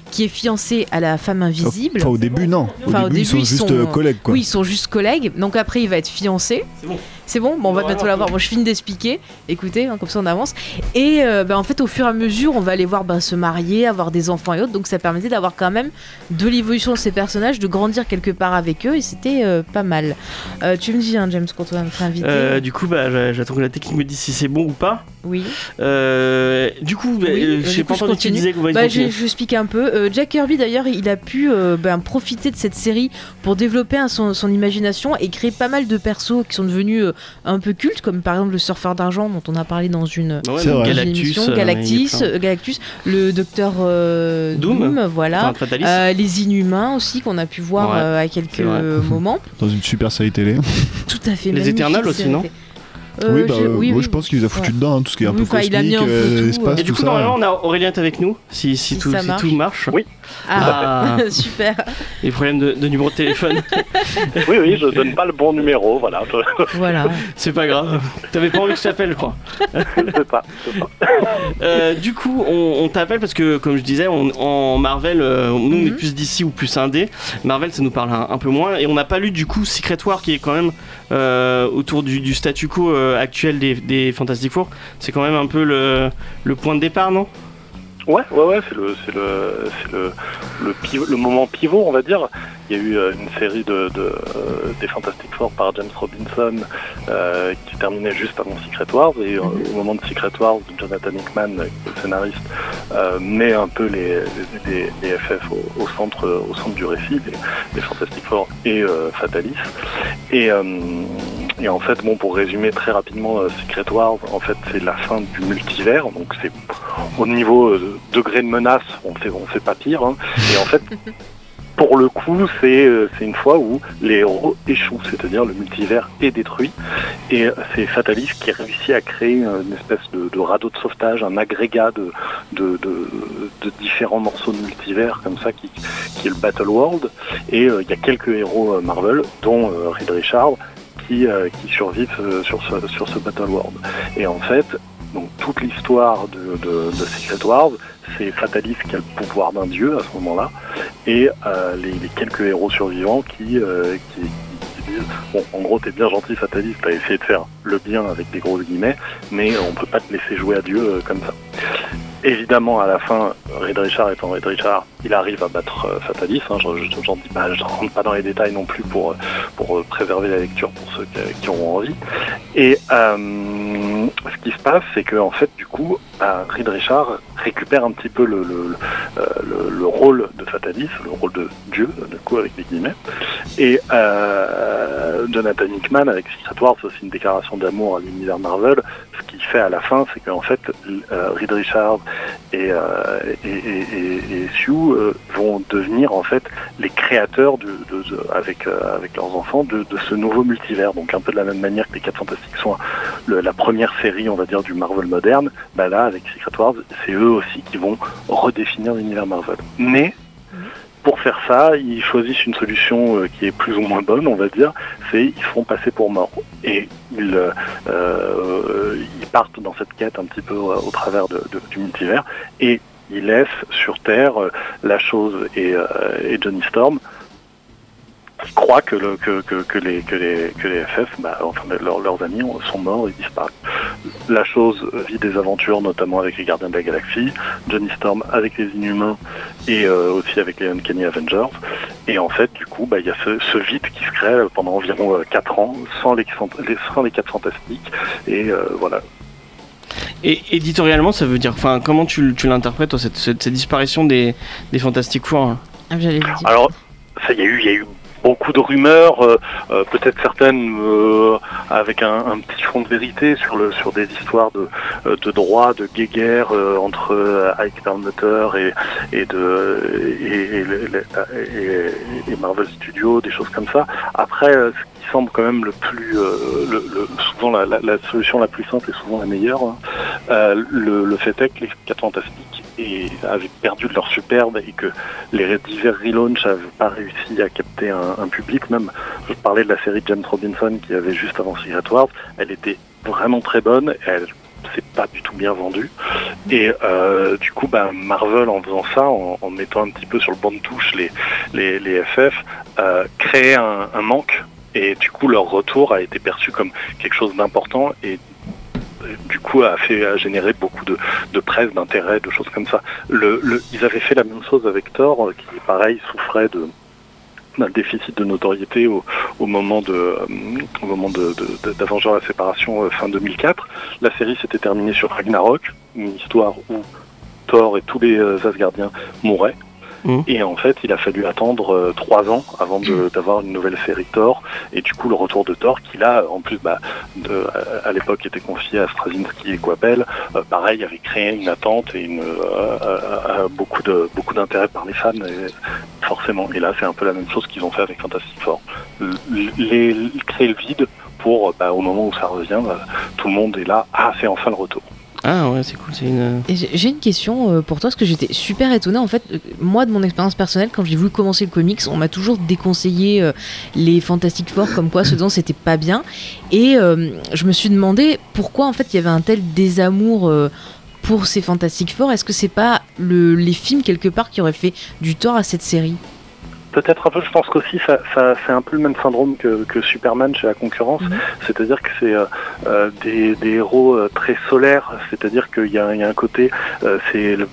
qui est fiancé à la femme invisible.
Enfin, au début, non. Au
Enfin, au
début, ils sont
début, ils
juste
sont-
euh, collègues, quoi.
Oui, ils sont juste collègues. Donc après, il va être fiancé.
C'est bon.
C'est bon, bon, on va
Bon,
bientôt
alors,
l'avoir. Moi, je finis d'expliquer. Écoutez, hein, comme ça, on avance. Et euh, bah, en fait, au fur et à mesure, on va les voir bah, se marier, avoir des enfants et autres. Donc ça permettait d'avoir quand même de l'évolution de ces personnages, de grandir quelque part avec eux. Et c'était euh, pas mal. Euh, tu me dis, hein, James, quand on va notre invité.
Euh, du coup, bah, j'a- j'attends que la technique me dise si c'est bon ou pas.
Oui.
Euh, du coup, bah, euh,
Oui, euh,
je
du
sais
coup,
pas
je
entendu ce que tu
continue.
disais qu'on va y
Bah, je,
continuer.
je vous explique un peu. Euh, Jack Kirby, d'ailleurs, il a pu euh, ben, profiter de cette série pour développer hein, son, son imagination et créer pas mal de persos qui sont devenus euh, un peu cultes, comme par exemple le surfeur d'argent dont on a parlé dans une,
Bah Ouais,
C'est
donc
vrai.
dans une
Galactus,
émission,
euh, il y a
Galactus,
plein.
euh, Galactus, le docteur euh,
Doom.
Doom, voilà.
Enfin, Fatalis.
Euh, les Inhumains aussi qu'on a pu voir
Ouais,
euh, à quelques
vrai.
euh, moments.
Dans une super série télé.
Tout à fait.
Les
magnifique,
Éternels aussi,
c'est-
non
Euh,
oui, bah,
j'ai-
euh,
oui,
moi,
oui.
je pense qu'il les a foutus
Ouais.
dedans, hein, tout ce qui est un
Oui,
peu
enfin, il a mis
cosmique,
un peu
euh,
tout,
espace,
euh.
Et du
tout
coup,
ça.
normalement, on a Aurélien est avec nous, si, si,
Si
tout,
ça
si
marche.
tout marche.
Oui.
Ah,
Ah,
super.
les problèmes de, de numéro de téléphone,
Oui, oui, je donne pas le bon numéro, voilà. Je
Voilà.
c'est pas grave. T'avais pas envie que je t'appelle, je crois.
ne sais pas. je sais pas.
Euh, du coup, on, on t'appelle parce que, comme je disais, on- en Marvel, euh, nous on est
Mhm.
plus d'ici ou plus indé. Marvel, ça nous parle un, un peu moins. Et on n'a pas lu du coup Secret War qui est quand même euh, autour du, du statu quo euh, actuel des, des Fantastic Four. C'est quand même un peu le, le point de départ, non
Ouais, ouais, ouais, c'est le, c'est le, c'est le, le, piv- le moment pivot, on va dire. Il y a eu euh, une série de, de, euh, des Fantastic Four par James Robinson euh, qui terminait juste avant Secret Wars. Et euh, au moment de Secret Wars, Jonathan Hickman, euh, qui est le scénariste, euh, met un peu les, les, les FF au, au centre, euh, au centre du récit, les, les Fantastic Four et euh, Fatalis. Et, euh, et en fait, bon, pour résumer très rapidement euh, Secret Wars, en fait, c'est la fin du multivers. Donc c'est au niveau euh, degré de menace, on fait, on fait pas pire. hein. Et en fait, pour le coup, c'est euh, c'est une fois où les héros échouent, c'est-à-dire le multivers est détruit. Et euh, c'est Fatalis qui réussit à créer euh, une espèce de, de radeau de sauvetage, un agrégat de, de, de- de différents morceaux de multivers, comme ça, qui, qui est le Battle World. Et euh, il y a quelques héros euh, Marvel, dont euh, Reed Richards, qui, euh, qui survivent euh, sur ce, sur ce Battle World. Et en fait, donc toute l'histoire de, de- de Secret Wars, c'est Fatalis qui a le pouvoir d'un dieu à ce moment-là, et euh, les, les quelques héros survivants qui, euh, qui, qui- qui disent bon, en gros t'es bien gentil Fatalis, t'as essayé de faire le bien avec des grosses guillemets, mais on peut pas te laisser jouer à Dieu euh, comme ça. Évidemment, à la fin, Red Richard étant Red Richard, il arrive à battre euh, Fatalis. hein, je- je- J'en dis pas, je rentre pas dans les détails non plus pour, euh, pour euh, préserver la lecture pour ceux qui- qui auront envie. Et euh, ce qui se passe, c'est que en fait, du coup, bah, Reed Richard récupère un petit peu le, le- le- euh, le- le rôle de Fatalis, le rôle de Dieu, du coup, avec des guillemets. Et euh, Jonathan Hickman, avec Secret Wars, c'est aussi une déclaration d'amour à l'univers Marvel. Ce qu'il fait à la fin, c'est qu'en fait, l- euh, Reed Richard et, euh, et, et, et- et Sue euh, vont devenir en fait les créateurs de, de- de- avec, euh, avec leurs enfants de, de ce nouveau multivers. Donc un peu de la même manière que les 4 Fantastiques sont le- la première série, on va dire, du Marvel moderne, bah là, avec Secret Wars, c'est eux aussi qui vont redéfinir l'univers Marvel. Mais pour faire ça, ils choisissent une solution euh, qui est plus ou moins bonne, on va dire, c'est ils se font passer pour morts. Et ils, euh, euh, ils partent dans cette quête un petit peu euh, au travers de- de- du multivers, et ils laissent sur Terre euh, la chose et, euh, et Johnny Storm qui croient que, le- que, que- que les, que, les, que les FF, bah, enfin, leurs- leurs amis ont- sont morts et disparaissent. La chose vit des aventures, notamment avec les Gardiens de la Galaxie, Johnny Storm avec les Inhumains et euh, aussi avec les Uncanny Avengers. Et en fait, du coup, bah, il y a ce, ce vide qui se crée pendant environ 4 ans sans les, les- sans les 4 Fantastiques. Et euh, voilà.
Et éditorialement, ça veut dire. Enfin, comment tu, l- tu l'interprètes, toi, cette, cette- cette disparition des, des Fantastic Four hein
Ah, J'allais le dire.
Alors, ça, il y a eu, il y a eu beaucoup de rumeurs, euh, euh, peut-être certaines euh, avec un, un petit fond de vérité sur le sur des histoires de euh, de droit, de guéguerre euh, entre euh, Ike Perlmutter et et de et, et le- le- et- et Marvel Studios, des choses comme ça. Après, euh, ce qui semble quand même le plus euh, le, le- souvent la, la- la solution la plus simple et souvent la meilleure. hein. Euh, le, le fait est que les 4 Fantastiques et, avaient perdu de leur superbe et que les divers relaunchs n'avaient pas réussi à capter un, un public. Même, je parlais de la série de James Robinson qui avait juste avant Secret Wars. Elle était vraiment très bonne. Elle s'est pas du tout bien vendue. Et euh, du coup, bah, Marvel, en faisant ça, en, en mettant un petit peu sur le banc de touche les, les, les FF, euh, créait un, un manque. Et du coup, leur retour a été perçu comme quelque chose d'important et euh, du coup a fait a généré beaucoup de, de presse, d'intérêt, de choses comme ça le, le- ils avaient fait la même chose avec Thor, euh, qui pareil souffrait de d'un déficit de notoriété au, au moment de euh, au moment de, de- de- d'Avengers la séparation euh, fin 2004. La série s'était terminée sur Ragnarok, une histoire où Thor et tous les euh, Asgardiens mouraient.
Mhm.
Et en fait, il a fallu attendre euh, trois ans avant de- d'avoir une nouvelle série Thor. Et du coup, le retour de Thor, qui là, en plus, bah, de- à- à l'époque, était confié à Straczynski et Coppel, euh, pareil, avait créé une attente et une, euh, euh, euh, beaucoup de beaucoup d'intérêt par les fans, et forcément. Et là, c'est un peu la même chose qu'ils ont fait avec Fantastic Four. L- l- les- créer le vide
pour, bah, au moment où ça revient, bah, tout le monde est là, ah, c'est enfin le retour.
Ah ouais, c'est cool, c'est une.
Et j'ai j'ai une question euh, pour toi, parce que j'étais super étonnée. En fait, euh, moi, de mon expérience personnelle, quand j'ai voulu commencer le comics, on m'a toujours déconseillé euh, les Fantastic Four, comme quoi ce dont c'était pas bien. Et euh, je me suis demandé pourquoi, en fait, il y avait un tel désamour euh, pour ces Fantastic Four. Est-ce que c'est pas le- les films, quelque part, qui auraient fait du tort à cette série
Peut-être un peu, je pense qu'aussi, ça, ça, c'est un peu le même syndrome que, que Superman chez la concurrence,
Mhm.
c'est-à-dire que c'est euh, euh, des, des héros euh, très solaires, c'est-à-dire qu'il y, a un- il y a un côté, euh, c'est le-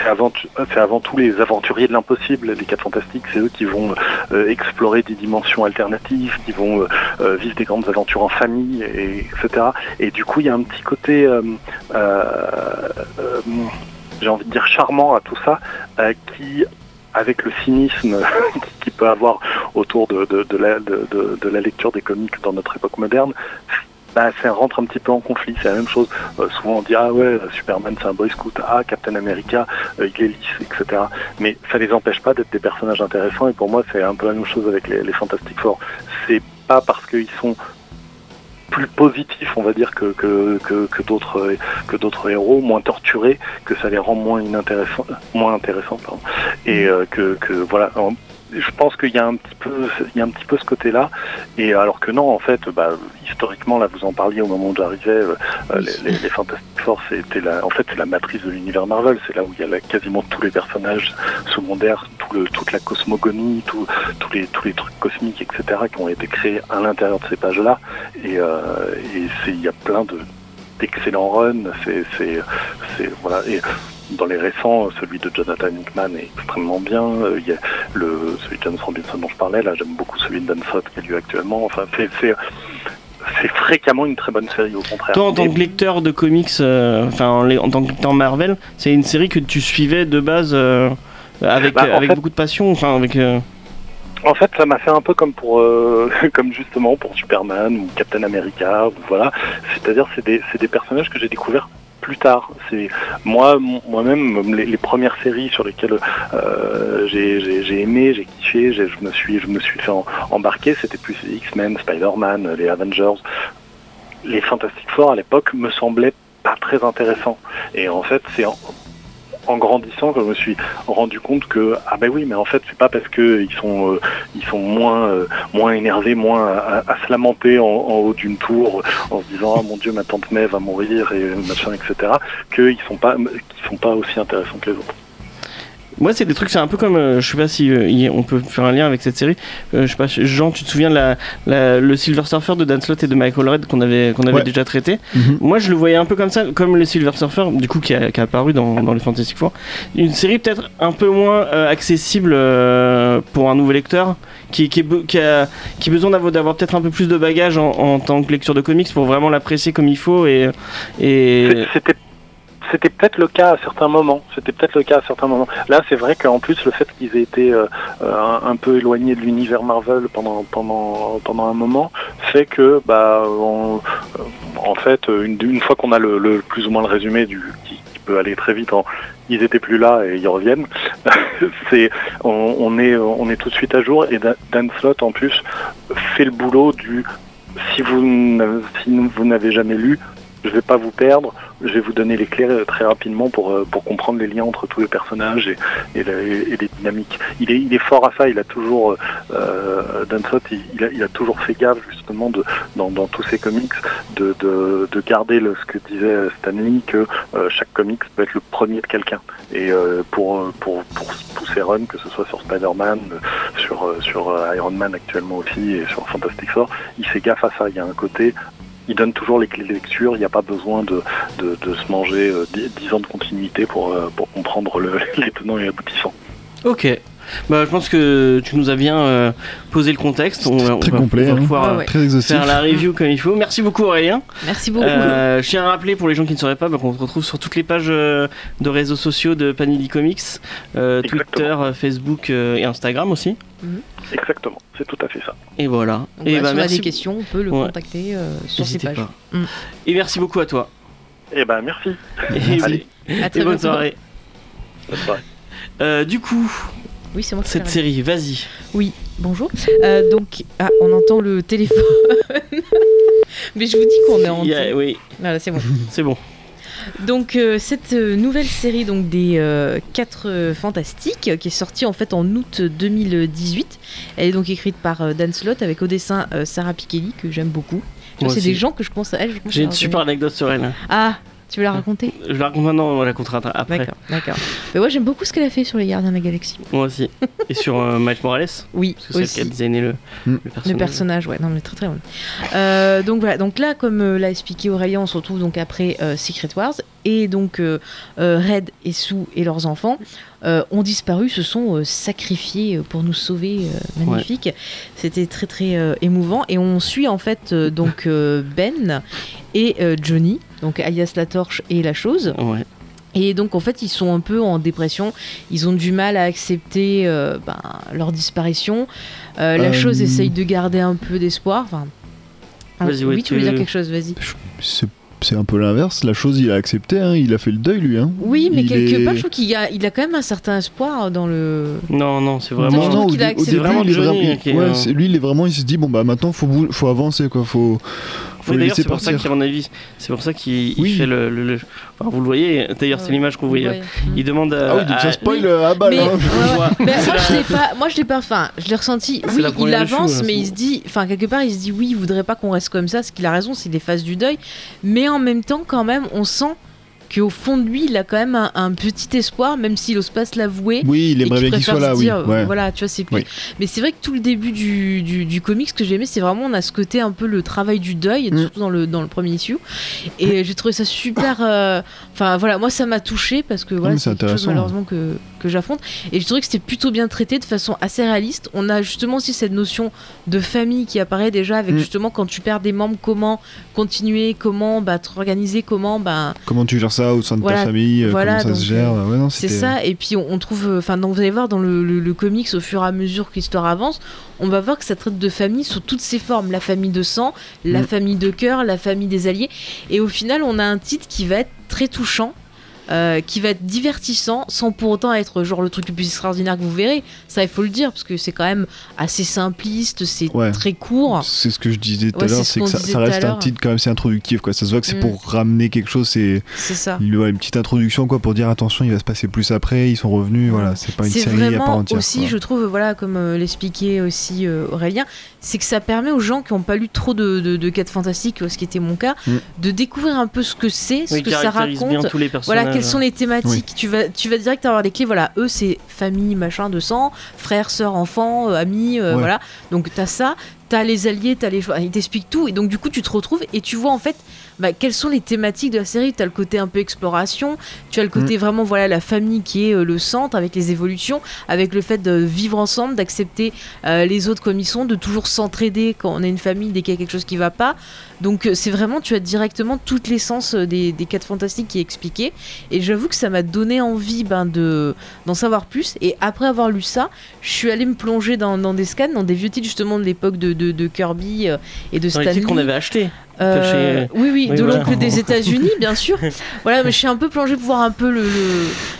c'est avant, tu- c'est avant tout les aventuriers de l'impossible, les quatre fantastiques, c'est eux qui vont euh, explorer des dimensions alternatives, qui vont euh, euh, vivre des grandes aventures en famille, et, etc. Et du coup, il y a un petit côté, euh, euh, euh, j'ai envie de dire charmant à tout ça, euh, qui avec le cynisme qui- qui peut avoir autour de, de- de la, de- de- de la lecture des comics dans notre époque moderne, bah, ça rentre un petit peu en conflit. C'est la même chose. Euh, souvent on dit ah ouais, Superman c'est un boy scout, ah Captain America euh, il est lisse, etc. Mais ça les empêche pas d'être des personnages intéressants. Et pour moi c'est un peu la même chose avec les, les Fantastic Four. C'est pas parce qu'ils sont plus positifs, on va dire, que, que, que, que d'autres que d'autres héros, moins torturés, que ça les rend moins inintéressants, moins intéressants, pardon. Et euh, que, que voilà, en- je pense qu'il y a un petit peu, il y a un petit peu ce côté-là. Et alors que non, en fait, bah, historiquement, là, vous en parliez au moment où j'arrivais, euh, euh,
Oui.
les, les, les Fantastic Four, c'était la, en fait, c'est la matrice de l'univers Marvel. C'est là où il y a la- quasiment tous les personnages secondaires, tout le, toute la cosmogonie, tout, tous les, tous les trucs cosmiques, etc., qui ont été créés à l'intérieur de ces pages-là. Et, euh, et c'est, il y a plein de d'excellents runs. C'est, c'est, c'est voilà. Et dans les récents, celui de Jonathan Hickman est extrêmement bien. Euh, Il y a le, celui de James Robinson dont je parlais, là j'aime beaucoup celui de Dan Slott qui est lui actuellement. Enfin, c'est, c'est, c'est fréquemment une très bonne série au contraire.
Toi, en tant
Et-
que lecteur de comics, euh, enfin en, lé- en tant que lecteur Marvel, c'est une série que tu suivais de base euh, avec,
Bah, en
avec
fait-
beaucoup de passion, enfin avec. euh,
En fait, ça m'a fait un peu comme pour, euh, comme justement pour Superman ou Captain America, ou voilà. C'est-à-dire, c'est des, c'est des personnages que j'ai découverts plus tard. C'est moi, mon- moi-même, les, les premières séries sur lesquelles euh, j'ai, j'ai- j'ai aimé, j'ai kiffé, j'ai- je me suis, je me suis fait en- embarquer. C'était plus X-Men, Spider-Man, les Avengers, les Fantastic Four à l'époque me semblaient pas très intéressants. Et en fait, c'est en, en grandissant que je me suis rendu compte que ah ben oui, mais en fait, c'est pas parce que ils sont euh, ils sont moins euh, moins énervés, moins à, à- à se lamenter en, en haut d'une tour en se disant ah mon dieu ma tante May va mourir et machin etc qu'ils sont pas qu'ils sont pas aussi intéressants que les autres.
Moi, c'est des trucs, c'est un peu comme, euh, je sais pas si euh, y- on peut faire un lien avec cette série. Euh, je sais pas, Jean, tu te souviens de la, la- le Silver Surfer de Dan Slott et de Michael Red qu'on avait, qu'on avait
Ouais.
déjà traité.
Mhm.
Moi, je le voyais un peu comme ça, comme le Silver Surfer, du coup, qui a, qui a apparu dans, dans les Fantastic Four. Une série peut-être un peu moins euh, accessible euh, pour un nouveau lecteur, qui, qui, est be- qui a, qui a besoin d'avoir, d'avoir peut-être un peu plus de bagages en, en tant que lecture de comics pour vraiment l'apprécier comme il faut et. et...
C'est- C'était c'était peut-être le cas à certains moments. C'était peut-être le cas à certains moments. Là, c'est vrai qu'en plus, le fait qu'ils aient été euh, euh, un, un peu éloignés de l'univers Marvel pendant pendant pendant un moment, fait que bah on- euh, en fait une, une fois qu'on a le, le- plus ou moins le résumé du qui, qui peut aller très vite en ils étaient plus là et ils reviennent. c'est on, on est on est tout de suite à jour et Dan- Dan Slott en plus fait le boulot du si vous n'avez- si vous n'avez jamais lu, je vais pas vous perdre je vais vous donner les clés euh, très rapidement pour, euh, pour comprendre les liens entre tous les personnages et, et, la- et les dynamiques. Il est, il est fort à ça, il a toujours, euh, euh, Dan Slott, il, il a, il a toujours fait gaffe justement de, dans, dans tous ses comics de, de, de garder le, ce que disait Stanley, que euh, chaque comics peut être le premier de quelqu'un. Et euh, pour, euh, pour, pour, tous ses runs, que ce soit sur Spider-Man, euh, sur, euh, sur euh, Iron Man actuellement aussi et sur Fantastic Four, il fait gaffe à ça, il y a un côté... Il donne toujours les clés de lecture, il n'y a pas besoin de, de, de se manger euh, dix 10 ans de continuité pour, euh, pour comprendre le, les tenants et aboutissants.
Ok. Bah, je pense que tu nous as bien euh, posé le contexte. On,
C'était
on
très
va-
complet,
on va
hein.
pouvoir euh,
Ah Ouais, ouais.
Très exhaustif.
faire la review comme il faut. Merci beaucoup Aurélien.
Merci beaucoup.
Euh, je tiens à rappeler pour les gens qui ne sauraient pas bah, qu'on se retrouve sur toutes les pages euh, de réseaux sociaux de Panini Comics, euh,
Exactement.
Twitter, euh, Facebook euh, et Instagram aussi.
Exactement, c'est tout à fait ça.
Et voilà.
Donc
et
voilà,
bah,
si on a
merci.
des questions, on peut le
Ouais.
contacter euh, sur ses
N'hésitez
pages.
pas.
Mm.
Et merci beaucoup à toi.
Eh ben merci.
Et, oui.
Allez.
À
Et
très
bonne
bientôt.
soirée.
Bonne soirée.
Euh, du coup,
Oui, c'est moi qui
cette
fais la-
série, vas-y.
Oui, bonjour. Euh, donc, ah, on entend le téléphone. Mais je vous dis qu'on est en.
Il y a- Oui,
Voilà, c'est bon.
c'est bon.
Donc euh, cette euh, nouvelle série donc des 4 fantastiques euh, qui est sortie en fait en août 2018. Elle est donc écrite par euh, Dan Slott avec au dessin euh, Sarah Pikeli que j'aime beaucoup.
Moi
C'est
aussi.
des gens que je pense à elle. je pense
J'ai
à
une
leur
super
donner.
anecdote sur elle.
Ah, tu veux la raconter
Je la raconte maintenant, on la racontera après.
D'accord, d'accord. Mais moi j'aime beaucoup ce qu'elle a fait sur les Gardiens de la Galaxie.
Moi aussi. Et sur euh, Miles Morales,
Oui,
parce que c'est elle
aussi.
qui a designé le,
Mm.
le personnage.
Le personnage, ouais, non mais très très bon. Euh, donc voilà, donc là comme euh, l'a expliqué Aurélien, on se retrouve donc après euh, Secret Wars et donc euh, euh, Red et Sue et leurs enfants euh, ont disparu, se sont euh, sacrifiés euh, pour nous sauver, euh, magnifique. C'était très très euh, émouvant et on suit en fait euh, donc euh, Ben et euh, Johnny, donc alias la torche et la chose.
Ouais.
Et donc en fait ils sont un peu en dépression, ils ont du mal à accepter euh, ben, leur disparition. Euh, la
Euh,
chose essaye de garder un peu d'espoir. Enfin, hein,
Vas-y,
oui,
ouais,
tu veux
tu-
dire quelque chose, vas-y.
C'est c'est un peu l'inverse. La chose, il a accepté. hein, Il a fait le deuil, lui. hein.
Oui, mais
Il
quelque
est-
part, je trouve qu'il y a, il a quand même un certain espoir dans le.
Non, non, c'est
je
vraiment.
trouve
au
qu'il a
dé- au
accepté.
début,
Vraiment
il est
Johnny
vraiment-
qui est,
ouais,
euh,
c'est- lui, il est vraiment. Il se dit bon bah maintenant faut bou- faut avancer quoi. Faut faut
Oui,
les
d'ailleurs,
laisser
c'est pour ça
partir.
qu'à mon avis, c'est pour ça qu'il il
Oui.
fait le. le- le- enfin, vous le voyez, d'ailleurs, c'est
Ouais.
l'image qu'on voyait.
Ouais.
Il demande à.
Ah oui, donc
à-
ça spoil euh, à balle.
Mais-
hein.
Ouais.
Ouais, ouais. Ben, moi, je l'ai pas. Moi, je l'ai pas. Enfin, je l'ai ressenti.
C'est
Oui,
la
il
première hein. échoue,
avance,
là,
mais
c'est
il se dit. Enfin, quelque part, il se dit oui, il voudrait pas qu'on reste comme ça. Ce qu'il a raison, c'est des phases du deuil. Mais en même temps, quand même, on sent qu'au fond de lui, il a quand même un, un petit espoir, même s'il ose pas se l'avouer.
Oui, il
Et
aimerait
qu'il
bien qu'il
préfère
soit là.
se
Oui.
dire, euh,
Ouais.
Voilà, tu vois, c'est plus.
Oui.
Mais c'est vrai que tout le début du, du, du comic, ce que j'ai aimé, c'est vraiment on a ce côté un peu le travail du deuil,
Mm.
surtout dans le, dans le premier issue. Et j'ai trouvé ça super. euh, Enfin voilà, moi ça m'a touché parce que voilà,
mais c'est
c'est quelque chose
intéressant.
malheureusement que, que j'affronte. Et j'ai trouvé que c'était plutôt bien traité de façon assez réaliste. On a justement aussi cette notion de famille qui apparaît déjà avec
Mm.
justement quand tu perds des membres, comment continuer, comment bah, te organiser, comment. Bah,
Comment tu gères ça au sein de
Voilà,
ta famille euh,
voilà,
Comment ça
donc,
se gère Ouais, non,
c'est
c'était-
ça, et puis on on trouve, euh, enfin, donc vous allez voir dans le, le- le comics, au fur et à mesure que l'histoire avance, on va voir que ça traite de famille sous toutes ses formes, la famille de sang, la
Mm.
famille de cœur, la famille des alliés, et au final, on a un titre qui va être très touchant, euh, qui va être divertissant, sans pour autant être genre le truc le plus extraordinaire que vous verrez. Ça, il faut le dire, parce que c'est quand même assez simpliste, c'est
Ouais.
très court.
C'est ce que je disais tout
Ouais,
à
c'est
l'heure,
ce
c'est
qu'on
que ça,
disait
ça
tout à
reste un
l'heure.
titre quand même, c'est introductif quoi. Ça se voit que c'est
Mm.
pour ramener quelque chose, c'est
C'est ça.
il y a une petite introduction quoi pour dire attention, il va se passer plus après, ils sont revenus, voilà, c'est pas une
C'est
série à part
vraiment
entière.
aussi,
quoi.
je trouve, voilà, comme euh, l'expliquait aussi euh, Aurélien, c'est que ça permet aux gens qui n'ont pas lu trop de, de, de quêtes fantastiques, euh, ce qui était mon cas,
Mm.
de découvrir un peu ce que c'est, ce
Oui,
que ça
caractérise
raconte.
bien tous les personnages.
Voilà, quelles sont les thématiques tu, vas, tu vas direct avoir des clés. Voilà, eux, c'est famille, machin, de sang, frères, sœurs, enfants, euh, amis, euh,
Ouais.
voilà. Donc, t'as ça, t'as les alliés, t'as les. enfin, Ils t'expliquent tout. Et donc, du coup, tu te retrouves et tu vois en fait bah, quelles sont les thématiques de la série. T'as le côté un peu exploration, tu as le côté vraiment, voilà, la famille qui est euh, le centre avec les évolutions, avec le fait de vivre ensemble, d'accepter euh, les autres comme ils sont, de toujours s'entraider quand on est une famille, dès qu'il y a quelque chose qui va pas. Donc, euh, c'est vraiment, tu as directement toute l'essence euh, des, des quatre fantastiques qui est expliquée. Et j'avoue que ça m'a donné envie ben, de d'en savoir plus. Et après avoir lu ça, je suis allée me plonger dans, dans des scans, dans des vieux titres justement de l'époque de, de, de Kirby euh, et de
Dans les
Stanley.
titres qu'on avait achetés.
Euh,
chez-
Oui, oui,
oui,
de
voilà.
l'oncle des États-Unis, bien sûr. voilà, mais je suis un peu plongée pour voir un peu le, le-